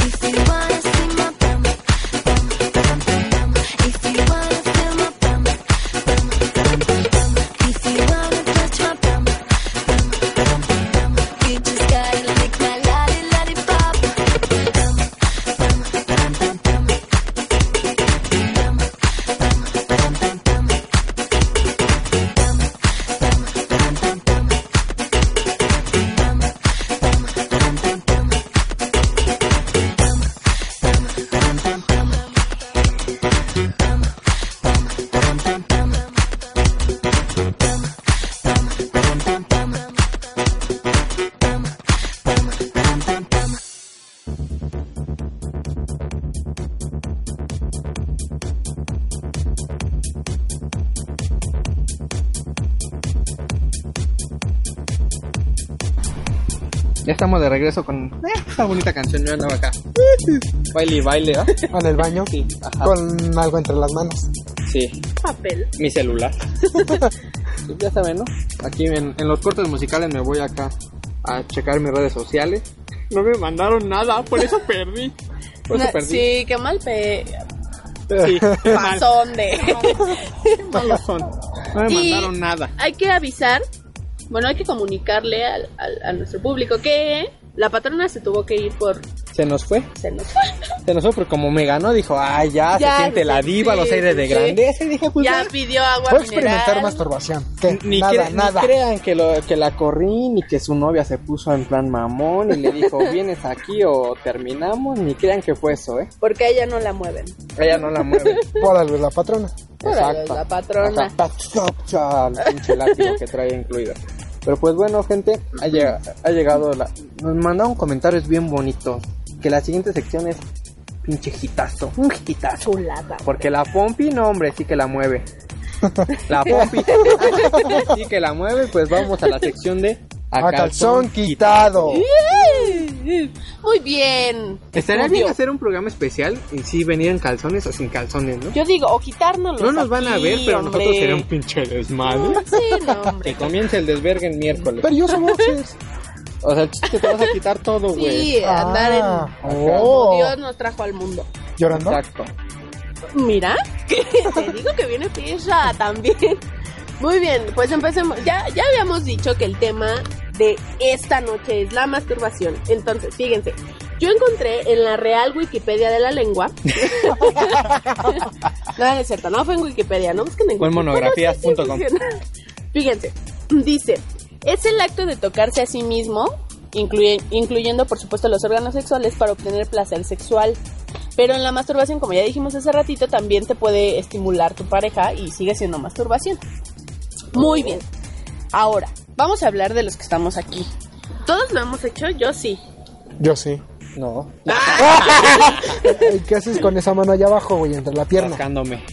S8: If you wanna see my bum, bum, bum, bum, bum. If you wanna feel my bum, bum, bum, bum, bum. If you wanna touch my bum, bum, bum, bum, bum. You just gotta lick my lolly, lollipop. Bum, bum, bum, bum, bum. Bum, bum, bum, bum, bum. Bum, bum, bum, bum, bum. Bum, bum, bum, bum, bum. Bum, bum, bum, bum, bum. Bum, bum, bum, bum, bum. Bum, bum, bum, bum, bum. Bum, bum, bum, bum, bum.
S7: Ya estamos de regreso con eh, esta bonita canción. Yo andaba acá. Baile y baile, ¿ah?
S2: En el baño.
S7: Ajá.
S2: Con algo entre las manos.
S7: Sí,
S5: Papel.
S7: mi
S3: [laughs]
S7: celular. Sí, ya saben, ¿no? Aquí en, en los cortes musicales me voy acá a checar mis redes sociales. No me mandaron nada, por eso perdí. Por eso
S5: No,
S7: perdí.
S5: sí, qué mal pe...
S7: Sí, qué [laughs] mal,
S5: pasón de... [laughs]
S7: malos son. No me
S5: Y
S7: mandaron nada.
S5: Hay que avisar, bueno, hay que comunicarle al- al- a nuestro público que la patrona se tuvo que ir por...
S3: Se nos fue.
S5: Se nos fue.
S3: Se nos fue, pero como me ganó, dijo, ah, ya,
S5: Ya,
S3: se siente la
S5: sí,
S3: diva, los aires de
S5: sí.
S3: grandeza. Y dije, pues
S5: Ya
S3: ya.
S5: pidió agua
S2: Voy a experimentar
S5: mineral.
S2: masturbación. ¿Qué?
S3: Ni,
S2: nada,
S3: cre- ni
S2: nada.
S3: crean que, lo, que la corrí, ni que su novia se puso en plan mamón y le dijo, [laughs] vienes aquí o terminamos, ni crean que fue eso, ¿eh?
S5: Porque a ella no la mueven.
S3: Ella no la mueve.
S2: Por algo es la patrona.
S5: Órale,
S3: Exacto.
S5: la patrona.
S3: Ajá, pachocha, el pinche látigo que trae incluido. Pero pues bueno, gente, ha llegado, ha llegado la... Nos mandaron comentarios bien bonitos. Que la siguiente sección es pinche hitazo, un hitazo.
S5: Chulada.
S3: Porque la Pompi, no hombre, sí que la
S5: [laughs]
S3: mueve. La Pompi sí que la mueve, pues vamos a la sección de...
S2: A calzón quitado.
S5: ¿Eh? Muy bien.
S7: Estaría
S5: Obvio.
S7: bien hacer un programa especial y sí venir en calzones o sin calzones, ¿no?
S5: Yo digo, o quitárnoslos.
S7: No nos van a
S5: aquí,
S7: ver, pero
S5: hombre.
S7: nosotros sería un pinche desmadre.
S5: Sí, no,
S3: Que [laughs]
S5: hombre.
S3: comience el desvergue el miércoles.
S2: Pero yo
S3: [laughs]
S2: soy boxers.
S3: O sea, el chiste es que te vas a quitar todo, güey.
S5: Sí, andar en.
S2: Ah,
S5: como
S2: oh.
S5: Dios nos trajo al mundo.
S2: Llorando.
S3: Exacto.
S5: Mira, que [laughs] te digo que viene pieza también. Muy bien, pues empecemos. Ya, ya habíamos dicho que el tema de esta noche es la masturbación. Entonces, fíjense, yo encontré en la Real Wikipedia de la Lengua. [laughs] no, no es cierto, no fue en Wikipedia, no busquen en
S3: Fue en
S5: Wikipedia.
S3: monografías.com.
S5: Bueno, sí, sí funciona. [laughs] Fíjense, dice, es el acto de tocarse a sí mismo, incluye- incluyendo por supuesto los órganos sexuales para obtener placer sexual. Pero en la masturbación, como ya dijimos hace ratito, también te puede estimular tu pareja y sigue siendo masturbación. Muy bien. Ahora, vamos a hablar de los que estamos aquí. ¿Todos lo hemos hecho? Yo sí.
S2: Yo sí.
S3: No,
S2: Ay, ¿Qué haces con esa mano allá abajo, güey? Entre la pierna.
S3: rascándome.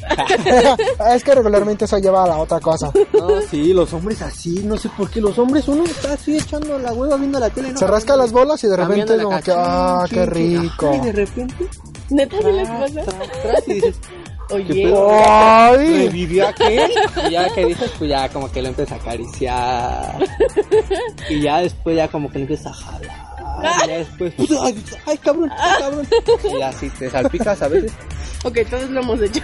S2: Ah, [laughs] es que regularmente eso lleva a la otra cosa.
S3: No, sí, los hombres así, no sé por qué los hombres uno está así echando la hueva viendo la tele. ¿no?
S2: Se rasca las bolas y de
S3: Cambiando
S2: repente
S3: la
S2: como que,
S3: cara,
S2: ah,
S3: chin,
S2: qué
S3: chin, chin.
S2: rico.
S3: Ay, de repente,
S5: ¿Neta sí les
S3: tras,
S5: pasa?
S3: tras, tras, y dices, Ah, ¿qué
S5: Oye,
S3: pedo?
S2: Ay,
S3: ¿Revivió aquel? Y ya que dices, pues ya como que lo empieza a acariciar. Y ya después ya como que lo empieza a jalar. Y ya después, ay, ay, cabrón, ay, cabrón. Y así te salpicas a veces.
S5: ok, todos lo hemos
S3: [laughs]
S5: hecho.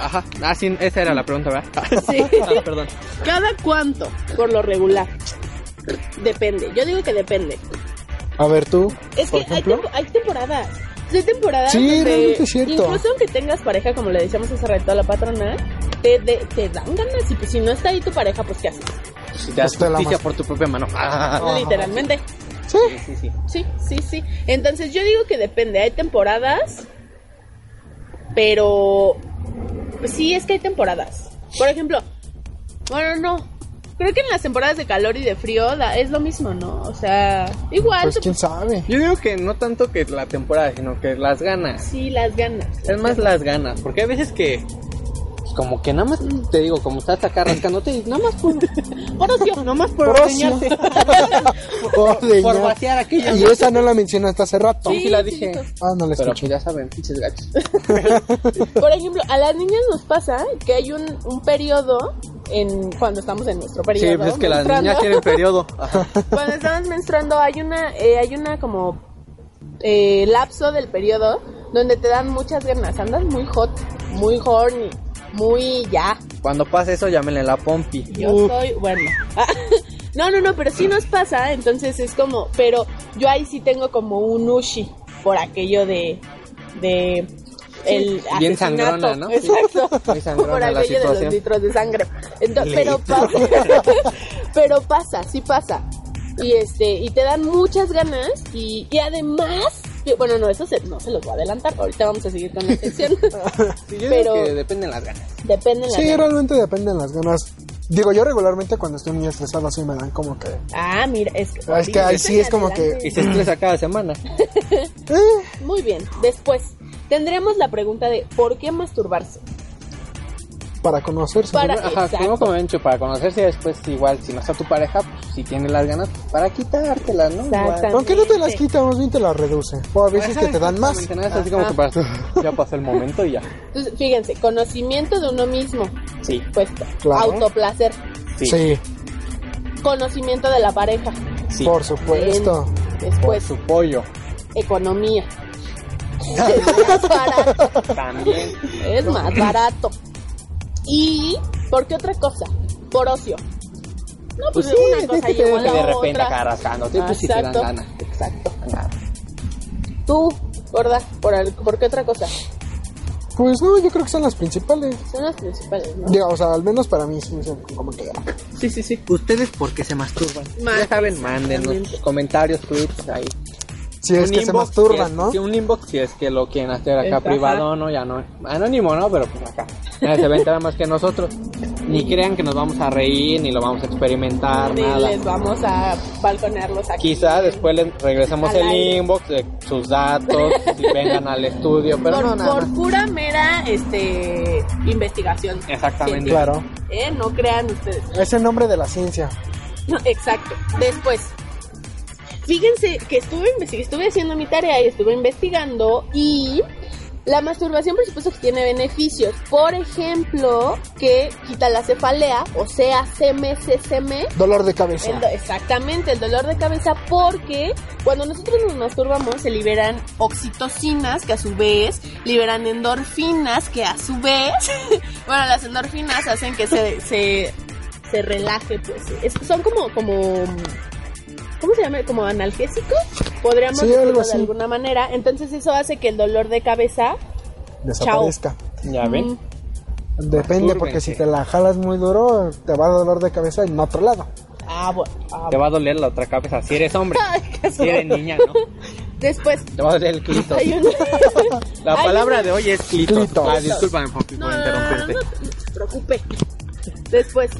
S7: Ajá, ah, sí, esa era la pregunta, ¿verdad?
S5: Sí.
S7: Ah, perdón.
S5: [laughs] ¿Cada cuánto? Por lo regular. Depende. Yo digo que depende.
S2: A ver tú,
S5: Es
S2: por
S5: que hay,
S2: ejemplo.
S5: tempo- hay temporadas. O sea, Hay temporadas
S2: Sí,
S5: donde
S2: realmente es cierto.
S5: incluso aunque tengas pareja, como le decíamos hace rato a la patrona, te, de- te dan ganas y pues, si no está ahí tu pareja, pues ¿qué haces?
S3: Si te das
S2: Pues te la
S3: justicia
S2: mas-
S3: por tu propia mano. Ah,
S2: Ajá.
S5: Literalmente.
S9: Sí.
S3: Sí, sí, sí.
S5: Sí, sí, sí. Entonces yo digo que depende, hay temporadas, pero pues sí, es que hay temporadas. Por ejemplo, bueno, no. Creo que en las temporadas de calor y de frío da- es lo mismo, ¿no? O sea, igual
S2: Pues
S5: te-
S2: quién sabe.
S3: Yo digo que no tanto que la temporada, sino que las ganas.
S5: sí las ganas.
S3: Es más las ganas, porque hay veces que pues, como que nada más te digo, como estás acá rascándote, y nada más por
S2: [laughs]
S3: por ocio, nada más por,
S2: Por ocio.
S3: enseñarte, [laughs]
S2: Joder,
S3: por
S2: ya.
S3: vaciar aquella.
S2: Y esa no la mencionaste hace rato.
S3: Sí, la dije.
S2: Ah, no la
S3: Pero
S2: escuché.
S3: pues ya saben, pinches gachos.
S5: Por ejemplo, a las niñas nos pasa que hay un, un periodo en cuando estamos en nuestro
S3: Sí,
S5: periodo.
S3: pues es que las
S5: menstruando.
S3: niñas tienen periodo. [laughs] Ajá.
S5: [laughs] cuando estamos menstruando hay una eh, hay una como eh, lapso del periodo donde te dan muchas ganas andas muy hot muy horny muy ya
S3: Cuando pasa eso, llámenle la pompi.
S5: yo
S3: Uf,
S5: soy bueno ah, [laughs] no no no pero sí nos pasa entonces es como pero yo ahí sí tengo como un ushi por aquello de de el
S3: Bien
S5: asesinato.
S3: sangrona, ¿no?
S5: [laughs] exacto
S3: [laughs] Muy sangrona
S5: por
S3: la
S5: aquello de
S3: situación.
S5: los litros de sangre. Entonces, pero pasa, [laughs] pero pasa, sí pasa. Y este, y te dan muchas ganas y, y además, que- bueno, no, eso se- no se los voy a adelantar, ahorita vamos a seguir con
S3: [laughs]
S5: la sección.
S3: sí, yo
S5: pero-
S3: digo que dependen las ganas.
S5: Depende
S3: pues,
S5: la
S2: Sí,
S5: gana.
S2: realmente dependen las ganas. Digo, yo regularmente cuando estoy muy estresado sí me dan como que...
S5: Ah, mira, es que,
S2: Es que ahí sí es como que...
S3: Y se estresa cada semana.
S2: eh,
S5: Muy bien, después tendremos la pregunta de ¿por qué masturbarse?
S2: para conocerse.
S5: Para-
S3: Ajá,
S5: exacto.
S3: primero como he dicho, para conocerse y después igual, si no está tu pareja, pues, si tiene las ganas, para quitártelas, ¿no? Igual.
S5: Exacto.
S2: Aunque no te las quita, más bien te las reduce. O a veces
S3: Ajá,
S2: que te dan más.
S3: exactamente, ¿no? Es así como que para- ya pasó el momento y ya.
S5: Entonces, fíjense, conocimiento de uno mismo,
S3: Sí,
S5: pues
S2: Claro.
S5: autoplacer,
S3: sí,
S2: Sí,
S5: conocimiento de la pareja,
S3: sí.
S2: por supuesto.
S3: Por
S5: después
S3: su pollo. [laughs]
S5: economía. Es más barato.
S3: [laughs] También.
S5: Es más barato. ¿Y por qué otra cosa? Por ocio. No,
S3: Pues
S5: pues,
S3: sí,
S5: una
S3: es
S5: cosa
S3: que te
S5: llevó
S3: ven
S5: a
S3: que
S5: la
S3: de repente
S5: otra.
S3: acá rascándote, pues sí te dan
S5: Exacto.
S3: ganas. Exacto.
S5: Tú, gorda, ¿por, al- ¿por qué otra cosa?
S2: Pues no, yo creo que son las principales.
S5: Son las principales, ¿no?
S2: Digo, o sea, al menos para mí sí son como que... ah,
S3: Sí, sí, sí. ¿Ustedes por qué se masturban?
S5: Más,
S3: ya saben, mándenos sus comentarios, tweets, ahí.
S2: Si es
S3: Un
S2: que se
S3: inbox, si
S2: masturban,
S3: es-
S2: ¿no?
S3: si un inbox, si es que lo quieren hacer acá
S5: Ajá.
S3: privado, no, ya no. Anónimo, ¿no? Pero pues acá. Nadie se va a enterar más que nosotros. Ni crean que nos vamos a reír, ni lo vamos a experimentar,
S5: Ni
S3: nada.
S5: les vamos a balconearlos aquí.
S3: Quizá después les regresemos
S5: Al
S3: el
S5: aire.
S3: inbox de sus datos, si vengan al estudio, pero
S5: por,
S3: no, nada.
S5: por
S3: más.
S5: pura mera este investigación.
S3: Exactamente.
S5: Científica,
S2: Claro.
S5: ¿eh? No crean ustedes.
S2: Es el nombre de la ciencia.
S5: No, exacto. Después. Fíjense que estuve, investig- estuve haciendo mi tarea y estuve investigando y la masturbación por supuesto que tiene beneficios. Por ejemplo, que quita la cefalea, o sea, CMCCM.
S2: Dolor de cabeza.
S5: El do- exactamente, el dolor de cabeza porque cuando nosotros nos masturbamos se liberan oxitocinas que a su vez liberan endorfinas que a su vez, [laughs] bueno, las endorfinas hacen que se, se, se relaje, pues es- son como, como, ¿cómo se llama? Como analgésicos, podríamos
S2: Sí, algo
S5: decirlo de
S2: así.
S5: alguna manera, entonces eso hace que el dolor de cabeza...
S2: Desaparezca.
S3: Ya ven.
S5: mm,
S2: Depende, porque si te la jalas muy duro, te va a dar dolor de cabeza en otro lado.
S5: Ah, bueno. [laughs] ah,
S3: Te va a doler la otra cabeza. Si eres hombre,
S5: Ay, qué
S3: si eres
S5: suave.
S3: niña, ¿no?
S5: Después
S3: Te va a doler el clito.
S5: hay una...
S3: La
S5: Ay,
S3: palabra de hoy es clito.
S2: Clito.
S3: Ah, discúlpame Pompi,
S5: No,
S3: por
S5: no, no,
S3: interrumpirte.
S5: no, no te preocupe. Después,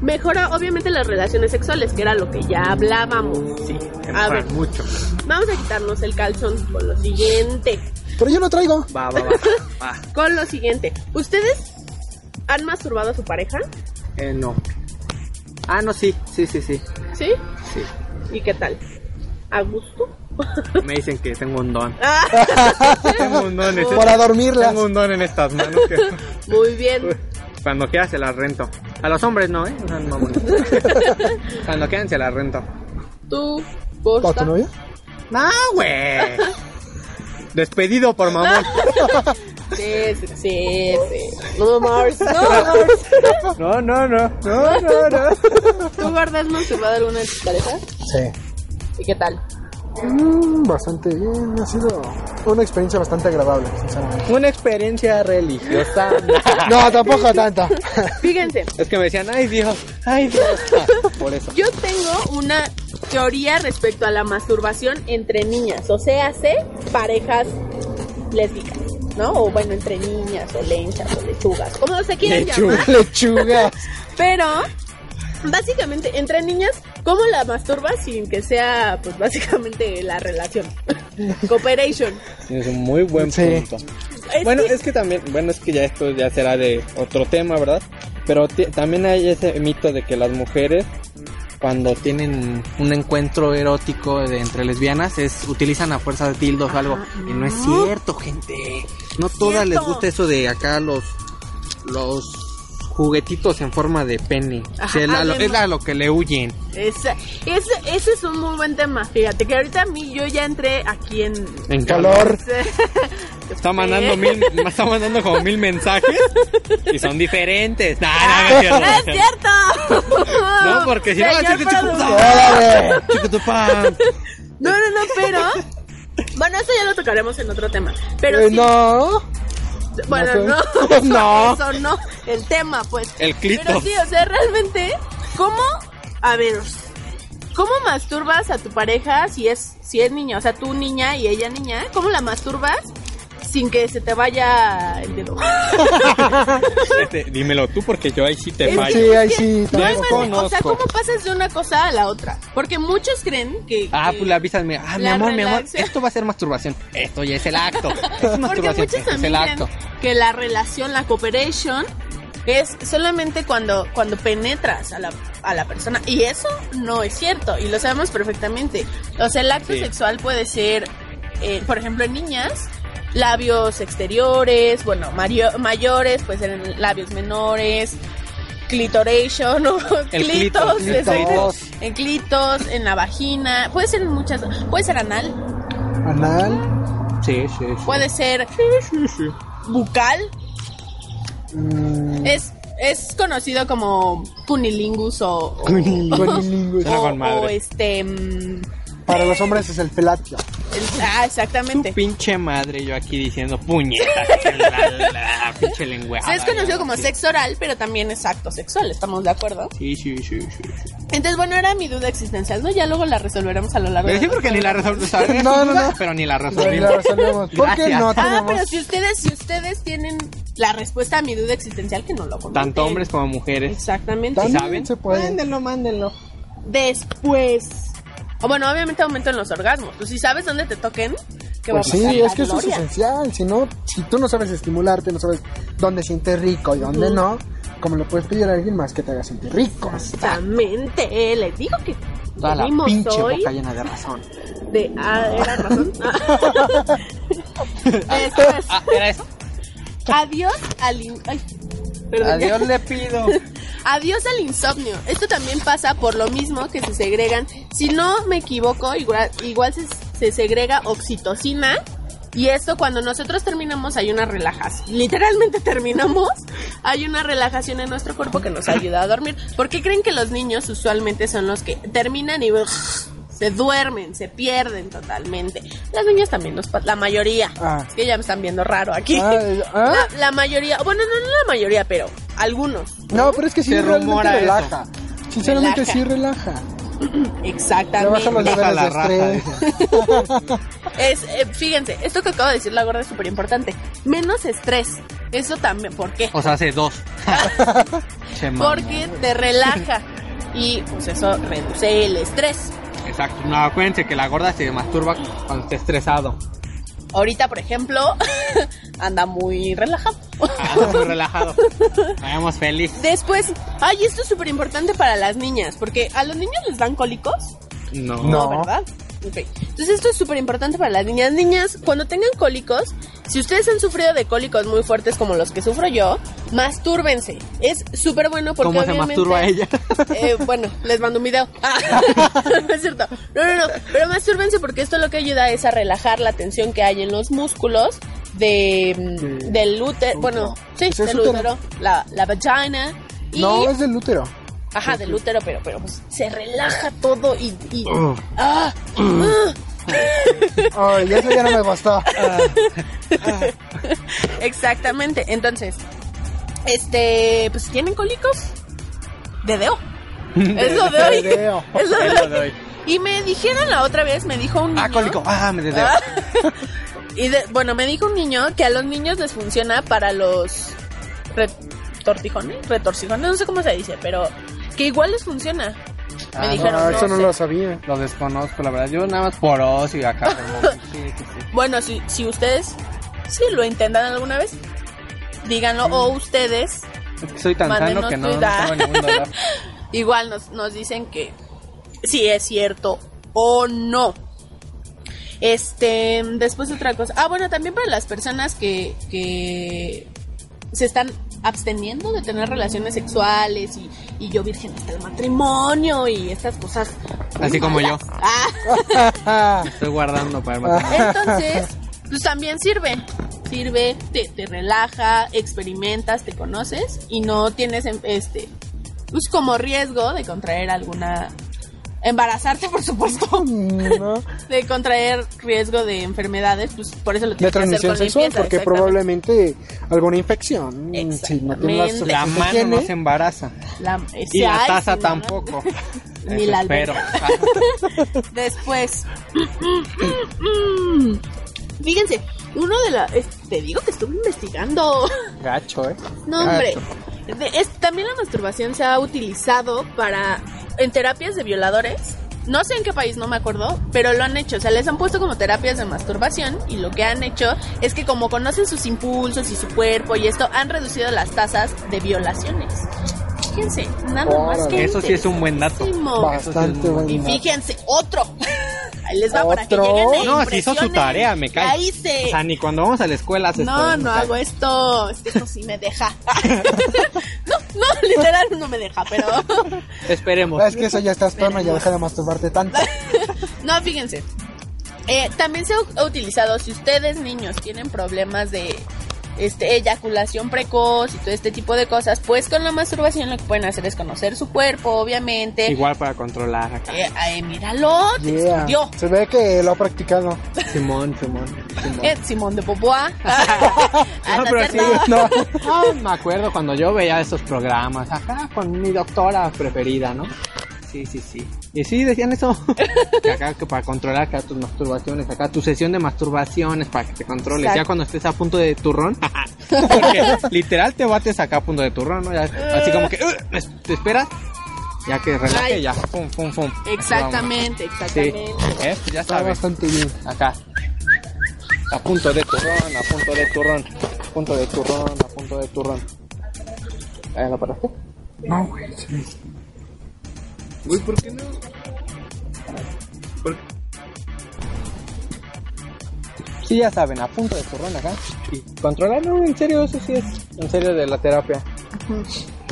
S5: mejora obviamente las relaciones sexuales, que era lo que ya hablábamos.
S3: Sí,
S5: A ver.
S3: mucho.
S5: Vamos a quitarnos el calzón con lo siguiente.
S2: Pero yo no traigo.
S3: Va,
S5: [laughs]
S3: va, va. va.
S5: Con lo siguiente. ¿Ustedes han masturbado a su pareja?
S3: Eh, no. Ah, no, sí, sí, sí, sí.
S5: ¿Sí?
S3: sí.
S5: ¿Y qué tal? ¿A gusto? [laughs]
S3: Me dicen que tengo un don.
S5: Ah,
S3: Tengo un don. en este-
S2: Para dormirlas.
S3: Tengo un don en estas manos. que-
S5: muy bien.
S3: Cuando queda se las rento. A los hombres no, ¿eh? O sea, no, [laughs] bueno. Cuando quedan se las rento.
S5: ¿Tú,
S2: ¿Para
S5: Costa?
S2: tu novia?
S3: No, güey. Despedido por mamón.
S5: Sí, sí, sí, sí. No, Mars. No, Mars.
S3: No, no, no. No, no, no.
S5: ¿Tú, Gorda, has masturbado a alguna de tus parejas?
S2: Sí.
S5: ¿Y qué tal?
S2: Mm, bastante bien. Ha sido una experiencia bastante agradable, sinceramente.
S3: [laughs] Una experiencia [laughs] religiosa.
S2: No, tampoco tanta.
S5: Fíjense.
S3: Es que me decían, ay Dios, ay Dios. Ah, por eso.
S5: Yo tengo una teoría respecto a la masturbación entre niñas, o sea, se parejas lésbicas, ¿no? O bueno, entre niñas, o lenchas, o lechugas, como
S2: [laughs]
S5: se quieran llamar.
S2: Lechuga, lechuga.
S5: Pero, básicamente, entre niñas, ¿cómo la masturbas sin que sea, pues básicamente, la
S3: [laughs]
S5: relación? Cooperation.
S3: Es un muy buen
S2: Sí.
S3: punto.
S5: Es
S3: bueno,
S5: que-
S3: es que también, bueno, es que ya esto ya será de otro tema, ¿verdad? Pero ti- también hay ese mito de que las mujeres cuando tienen un encuentro erótico de entre lesbianas es utilizan a fuerza de tildos o algo y no es cierto, gente. No todas les
S5: Cierto.
S3: gusta eso de acá los los juguetitos en forma de pene.
S5: Ajá,
S3: O sea, es, a lo,
S5: además-
S3: es a lo que le huyen.
S5: es- ese, ese es un muy buen tema, fíjate, que ahorita a mí yo ya entré aquí en... [laughs]
S3: En
S2: Calor.
S3: Está mandando mil, [laughs] me está mandando como mil mensajes y son diferentes.
S5: [laughs]
S3: Nah, nah, no es cierto,
S5: ¡No es
S3: [laughs]
S5: cierto!
S3: No, porque si no,
S5: Señor
S3: chiqui- chiqui-
S5: productor.
S2: Órale.
S3: Chiquitupán.
S5: No, no, no,
S2: [laughs]
S5: pero. Bueno, eso ya lo tocaremos en otro tema. Pero
S2: Eh,
S5: sí,
S2: No.
S5: bueno, no.
S2: no [laughs]
S5: [laughs] Eso
S2: sé. No.
S5: Eso no. El tema, pues.
S3: El clito.
S5: Pero sí, o sea, realmente, ¿cómo? A ver, ¿cómo masturbas a tu pareja si es, si es niña? O sea, tú niña y ella niña. ¿Cómo la masturbas sin que se te vaya
S3: [laughs]
S5: el dedo?
S3: Este, dímelo tú porque yo ahí sí te
S5: Es
S3: fallo.
S2: Sí, ahí sí.
S5: No hay
S3: Yo
S5: manera- O sea,
S3: conozco.
S5: ¿cómo pasas de una cosa a la otra? Porque muchos creen que.
S3: Ah,
S5: que-
S3: pues le avisas, mira, ah, mi
S5: La
S3: amor, mi amor,
S5: relaxa.
S3: esto va a ser masturbación. Esto ya es el acto. [laughs] Es
S5: Porque
S3: masturbación,
S5: muchos
S3: este es
S5: también
S3: el
S5: creen
S3: acto.
S5: que la relación, la cooperation, es solamente cuando, cuando penetras a la, a la persona. Y eso no es cierto, y lo sabemos perfectamente. O sea, el acto
S3: Sí.
S5: sexual puede ser, eh, por ejemplo, en niñas, labios exteriores, bueno, mario- mayores, pues en labios menores. Clitoration, [laughs] ¿no?
S3: El
S5: clitos,
S3: clito, clitos.
S5: exacto. en clitos, en la vagina, puede ser en muchas, puede ser anal,
S2: Anal.
S3: Sí, sí, sí.
S5: Puede ser bucal.
S3: Mm.
S5: Es, es conocido como cunilingus o, [laughs] o-
S2: Cunilingus.
S3: Suena con
S5: o
S3: madre.
S5: este mm,
S2: Para los hombres es el pelatio.
S5: el- ah,
S3: Tu
S5: exactamente.
S3: pinche madre, yo aquí diciendo puñetas. la, la, la, pinche lengua.
S5: O sea, es conocido como sexo oral, pero también es acto sexual, ¿estamos de acuerdo?
S3: Sí, sí, sí, sí. sí.
S5: Entonces, bueno, era mi duda existencial, ¿no? Ya luego la resolveremos a lo largo
S3: Pero
S5: de
S3: sí, porque ni la resolvimos.
S2: No, no, no.
S3: Pero ni la
S2: Pero ya
S3: resolvimos.
S2: resolvemos. ¿Por qué
S3: Gracias.
S2: no
S5: Ah,
S2: tenemos?
S5: pero si ustedes, si ustedes tienen la respuesta a mi duda existencial, que no lo comenten.
S3: Tanto hombres como mujeres.
S5: Exactamente.
S2: También
S3: ¿saben?
S2: se puede.
S3: mándenlo.
S5: después. O bueno, obviamente aumentan los orgasmos. Pues si sabes dónde te toquen, que
S2: Pues
S5: va a pasar?
S2: sí,
S5: La
S2: es que eso es
S5: gloria.
S2: esencial. Si no, si tú no sabes estimularte, no sabes dónde sientes rico y dónde no, como le puedes pedir a alguien más que te haga sentir rico.
S5: Exactamente, les digo que
S3: Toda la
S5: venimos
S3: pinche
S5: hoy
S3: boca llena de razón.
S5: de ah, era razón. [laughs] Ah. Después,
S3: Ah, era eso.
S5: adiós al in- ay, perdón, ya.
S3: Adiós le pido.
S5: Adiós al insomnio. Esto también pasa por lo mismo que se segregan. Si no me equivoco, igual, igual se, se segrega oxitocina. Y esto cuando nosotros terminamos hay una relajación. Literalmente [laughs] terminamos. Hay una relajación en nuestro cuerpo que nos ayuda a dormir. ¿Por qué creen que los niños usualmente son los que terminan y se duermen, se pierden totalmente? Las niñas también, nos pa- la mayoría.
S2: Ah.
S5: Es que ya me están viendo raro aquí.
S2: Ah, eh, ah.
S5: [laughs] La, la mayoría, bueno, no, no la mayoría, pero algunos.
S2: No, pero es que sí
S3: Se
S2: realmente
S3: rumora eso.
S2: relaja. Sinceramente
S5: Relaja.
S2: sí relaja.
S5: Exactamente.
S2: Te baja los
S3: Baja
S2: niveles de
S3: la raja,
S2: estrés.
S5: [laughs] Es, eh, fíjense, esto que acabo de decir la gorda es súper importante. Menos estrés. Eso también, ¿por qué?
S3: O sea, hace
S5: [laughs]
S3: dos. Che, mamá.
S5: Porque te relaja. Y pues eso reduce el estrés.
S3: Exacto. No, acuérdense que la gorda se masturba cuando está estresado.
S5: Ahorita, por ejemplo, [laughs] anda muy relajado. [laughs]
S3: Ah, muy relajado. Vayamos feliz.
S5: Después, ay, esto es súper importante para las niñas, porque a los niños les dan cólicos.
S3: No.
S2: No.
S5: ¿verdad? Ok. Entonces esto es súper importante para las niñas. Niñas, cuando tengan cólicos, si ustedes han sufrido de cólicos muy fuertes como los que sufro yo, mastúrbense. Es súper bueno porque
S3: ¿Cómo se
S5: obviamente-
S3: masturba ella?
S5: [laughs] Eh, bueno, les mando un video. Ah, [laughs] no es cierto. No, no, no. Pero mastúrbense porque esto lo que ayuda es a relajar la tensión que hay en los músculos de, mm, del útero. Bueno, sí,
S2: Pues es
S5: del
S2: útero.
S5: útero, la, la vagina. Y
S2: No, es del útero.
S5: Ajá, del útero, pero, pero pues, se relaja todo y... y-
S10: Oh.
S5: ¡Ah!
S10: Mm.
S5: ¡Ah!
S2: Ay, eso ya no me gustó.
S5: [laughs] Exactamente, entonces, este, pues [laughs] tienen cólicos, dedeo. [laughs] Es lo de hoy.
S2: Dedeo.
S5: Es lo de hoy. Y me dijeron la otra vez, me dijo un niño.
S10: Ah, cólico. Ah, me deseo.
S5: [laughs] y de- bueno, me dijo un niño que a los niños les funciona para los retortijones, retorcijones, no sé cómo se dice, pero que igual les funciona. Me dijeron.
S2: Ah, eso no
S5: sé.
S2: lo sabía.
S3: Lo desconozco, la verdad. Yo nada más por ocio acá. como,
S5: [laughs]
S3: sí, sí, sí.
S5: Bueno, si, si ustedes sí lo intentan alguna vez, díganlo o ustedes
S3: Es que soy tan sano
S5: Mándenos
S3: que no,
S5: tu
S3: no
S5: edad.
S3: tengo ningún [laughs] dolor.
S5: igual nos, nos dicen que si es cierto o no. Este, después otra cosa. Ah, bueno, también para las personas que, que se están absteniendo de tener relaciones sexuales y, y yo virgen hasta el matrimonio y estas cosas.
S10: Así como yo.
S5: Ah,
S3: Ah.
S10: Estoy guardando para el matrimonio.
S5: entonces, pues también sirve. Sirve, te, te relaja, experimentas, te conoces y no tienes em, este pues como riesgo de contraer alguna embarazarte, [laughs] por supuesto,
S2: Mm, No.
S5: de contraer riesgo de enfermedades, pues por eso lo
S2: De
S5: tienes que hacer
S2: transmisión
S5: con
S2: sexual,
S5: limpieza,
S2: porque
S5: exactamente.
S2: probablemente alguna infección. Si no tiene las
S5: Exactamente.
S3: La
S2: suficiente
S3: mano
S2: higiene,
S3: no se embaraza.
S5: La- eh,
S3: Y
S5: sí,
S3: la
S5: ay,
S3: taza
S5: sí, no, no.
S3: tampoco.
S5: Ni
S3: Eso
S5: la
S3: espero. [laughs]
S5: alberca. [laughs] Después. [clears throat] Fíjense, uno de la es- te digo que estuve investigando. [laughs]
S3: Gacho, ¿eh?
S5: No, hombre. De- es- también la masturbación se ha utilizado para en terapias de violadores. No sé en qué país, no me acuerdo, pero lo han hecho. O sea, les han puesto como terapias de masturbación y lo que han hecho es que como conocen sus impulsos y su cuerpo y esto, han reducido las tasas de violaciones. Fíjense, nada más que...
S3: Eso sí es un buen dato.
S5: interesantísimo.
S2: bastante
S3: Eso
S5: Y
S2: bueno.
S5: fíjense, otro. [laughs] Ahí les va para que
S2: ¿Otro?
S5: lleguen e
S3: No, si hizo su
S5: impresionen.
S3: tarea, me cae.
S5: La hice.
S3: O sea, ni cuando vamos a la escuela haces
S5: No,
S3: todo,
S5: no
S3: ¿sabes?
S5: hago esto. Es que esto sí me deja. [laughs] no, no, literal no me deja, pero. [laughs]
S3: Esperemos.
S2: Pues
S5: Pues,
S2: Es que eso ya estás perno, ya deja de masturbarte tanto.
S5: no, fíjense. Eh, también se ha u- utilizado, si ustedes niños tienen problemas de este, eyaculación precoz y todo este tipo de cosas, pues con la masturbación lo que pueden hacer es conocer su cuerpo, obviamente.
S3: Igual para controlar acá.
S5: Eh, ay, míralo, te
S2: Yeah.
S5: estudió.
S2: Se ve que lo ha practicado.
S3: Simón, Simón. Simón.
S5: Eh, Simón de Popoa.
S3: [laughs] No,
S5: [laughs] Ana
S3: pero sí,
S5: Cerda.
S3: no. Ah,
S5: [laughs]
S3: me acuerdo cuando yo veía esos programas acá con mi doctora preferida, ¿no? Sí, sí, sí. Y sí, decían
S5: [laughs]
S3: eso. Que acá que para controlar acá tus masturbaciones, acá tu sesión de masturbaciones para que te controles.
S5: Exacto.
S3: Ya cuando estés a punto de turrón. [laughs]
S5: [laughs]
S3: Porque literal te bates acá a punto de turrón, ¿no? Ya, así como que "Ugh", es- te esperas. Ya que relaje,
S5: Uh. Ay.
S3: ya. Pum, pum, pum. Así
S5: Exactamente,
S3: vamos. Sí.
S5: exactamente.
S3: ¿Eh? Ya
S2: Está
S3: sabes.
S2: bastante bien.
S3: Acá. A punto de turrón, a punto de turrón, a punto de turrón, a punto de turrón. ¿Eh, ¿Lo paraste?
S2: No, güey. sí.
S10: Uy, ¿por qué no? ¿Por qué?
S3: Sí, ya saben, a punto de turrón acá. Y controlar, no, en serio, eso sí es. En serio, de la terapia.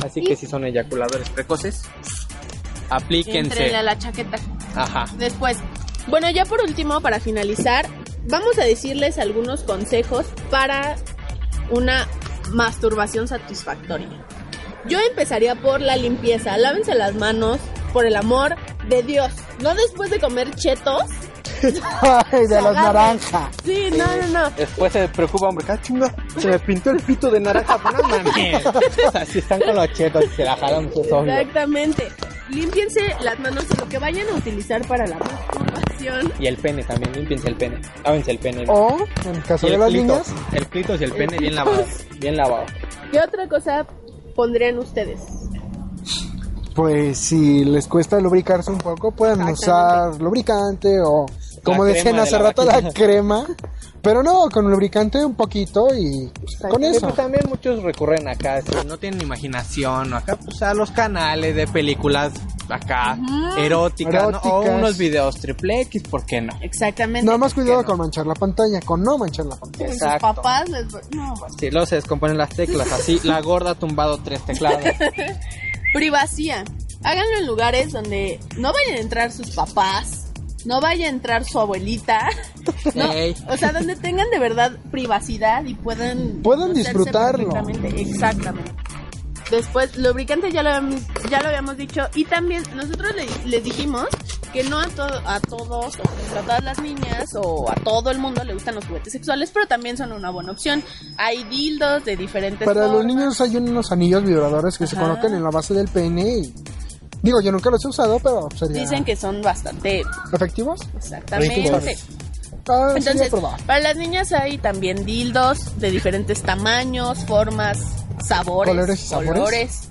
S3: Así que si son eyaculadores precoces,
S5: Entrenle a
S3: aplíquense.
S5: la chaqueta.
S3: Ajá.
S5: Después, bueno, ya por último, para finalizar, vamos a decirles algunos consejos para una masturbación satisfactoria. Yo empezaría por la limpieza. Lávense las manos, por el amor de Dios. No después de comer chetos.
S2: Ay, de las
S5: agarra.
S2: naranjas.
S5: Sí, no, no, no.
S3: Después se preocupa, hombre, acá chinga, se me pintó el pito de naranja, no
S2: [laughs]
S3: mames. O sea, si están con los chetos, se la jalan, pues obvio.
S5: Exactamente. Límpiense las manos y lo que vayan a utilizar para la masturbación.
S3: Y el pene también, limpiense el pene. Lávense el pene.
S5: Oh,
S2: O, en caso
S3: Y
S2: de
S3: el
S2: las
S3: clitos,
S2: niñas,
S3: el clitos y el pene bien lavado, bien lavado.
S5: ¿Qué otra cosa pondrían ustedes?
S2: pues si les cuesta lubricarse un poco, pueden
S5: Exactamente.
S2: usar lubricante o, como
S3: La
S2: decían
S3: crema de
S2: hace
S3: la
S2: rato, la
S3: vagina.
S2: crema. Pero no, con lubricante un poquito y con
S3: Sí,
S2: eso.
S3: pues también muchos recurren acá, si no tienen imaginación, o acá pues a los canales de películas acá eróticas, ¿no?
S2: Eróticas.
S3: o unos videos triple X, ¿por qué no?
S5: Exactamente.
S2: Nada más cuidado
S3: no.
S2: con manchar la pantalla, con no manchar la pantalla.
S5: Sus
S3: Exacto.
S5: papás les- no, bueno.
S3: Si luego se descomponen las teclas, así la gorda ha tumbado tres teclados.
S5: Privacidad. Háganlo en lugares donde no vayan a entrar sus papás, no vaya a entrar su abuelita. [laughs] [laughs] no,
S3: Ey.
S5: o sea, donde tengan de verdad privacidad y puedan
S2: Puedan
S5: conocerse
S2: disfrutarlo.
S5: perfectamente. Exactamente. Después, lubricante ya lo habíamos, ya lo habíamos dicho. Y también nosotros le- les dijimos que no a, todo, a todos, o a todas las niñas o a todo el mundo le gustan los juguetes sexuales, pero también son una buena opción. Hay dildos de diferentes
S2: Para los
S5: formas.
S2: niños hay unos anillos vibradores que se
S5: Ajá.
S2: colocan en la base del pene y Digo, yo nunca los he usado, pero sería...
S5: Dicen que son bastante.
S2: ¿Efectivos?
S5: Exactamente.
S11: Ricos.
S2: Ah, sí, voy a
S5: Entonces,
S2: probar.
S5: para las niñas hay también dildos de diferentes tamaños, formas, sabores,
S2: Colores y sabores.
S5: colores.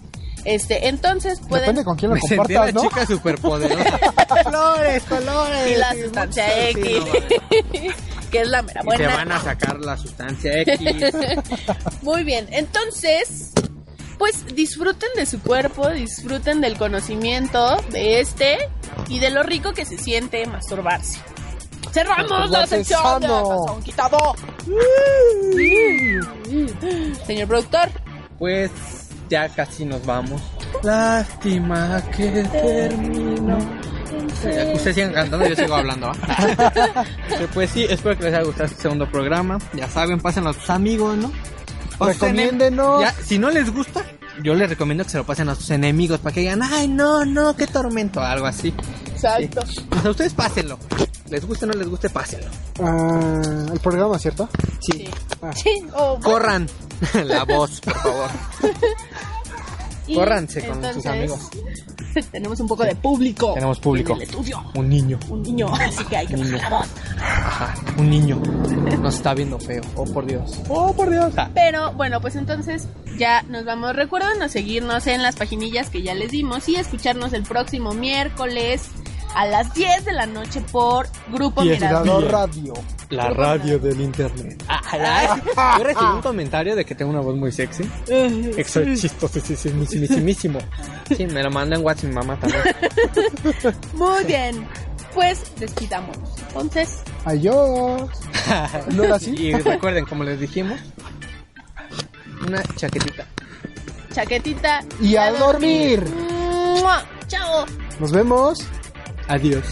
S5: Este, entonces pueden
S2: Depende con quién lo
S11: Me sentí una
S2: compartas, ¿no?
S11: chica
S5: [laughs]
S11: superpoderosa.
S3: Flores, colores.
S5: y la sustancia X, [laughs] que es la mera
S3: Y se
S5: buena.
S3: van a sacar la sustancia X.
S5: [laughs] Muy bien, entonces, pues disfruten de su cuerpo, disfruten del conocimiento de este y de lo rico que se siente masturbarse.
S3: Pues,
S5: Cerramos la
S2: Masturbarse
S5: sección de
S2: sano.
S5: Amazon quitado. Señor productor,
S11: Pues ya casi nos vamos. Lástima que terminó.
S3: Ustedes sigan cantando, yo sigo hablando. ¿va? Pero pues sí, espero [laughs] que les haya gustado este segundo programa. Ya saben, pásenlo a sus amigos, ¿no? O sus enem-
S2: Recomiéndenos.
S3: Ya, si no les gusta, yo les recomiendo que se lo pasen a sus enemigos para que digan, ay, no, no, qué tormento, algo así.
S5: exacto.
S3: O sea, ustedes pásenlo. Les guste o no les guste, pásenlo.
S2: Ah, el programa, ¿cierto?
S3: Sí. Ah.
S5: Sí, oh, o-
S3: Corran [laughs] la voz, por favor.
S5: y
S3: córranse con sus amigos.
S5: [laughs] Tenemos un poco de público.
S3: Tenemos público.
S5: En el estudio.
S3: Un niño,
S5: Un niño, así que hay que poner la voz.
S3: ajá, Ah, un niño. Nos está viendo feo. Oh, por Dios. Oh, por Dios. Ah.
S5: Pero bueno, pues entonces ya nos vamos. Recuerden a seguirnos en las paginillas que ya les dimos y escucharnos el próximo miércoles a las 10 de la noche por Grupo Mirador.
S2: Mirador Radio.
S11: La radio del internet.
S3: Ah,
S11: Ah, Yo recibí un comentario de que tengo una voz muy sexy. Eso es chistosísimo.
S3: Sí, me lo mandan WhatsApp mi mamá también.
S5: [laughs] Muy bien, pues despidámonos. Entonces,
S2: Adiós. ¿No era así?
S3: Y recuerden, como les dijimos, una chaquetita.
S5: chaquetita
S2: Y a dormir.
S5: ¡Mua! Chao.
S2: Nos vemos.
S11: Adiós.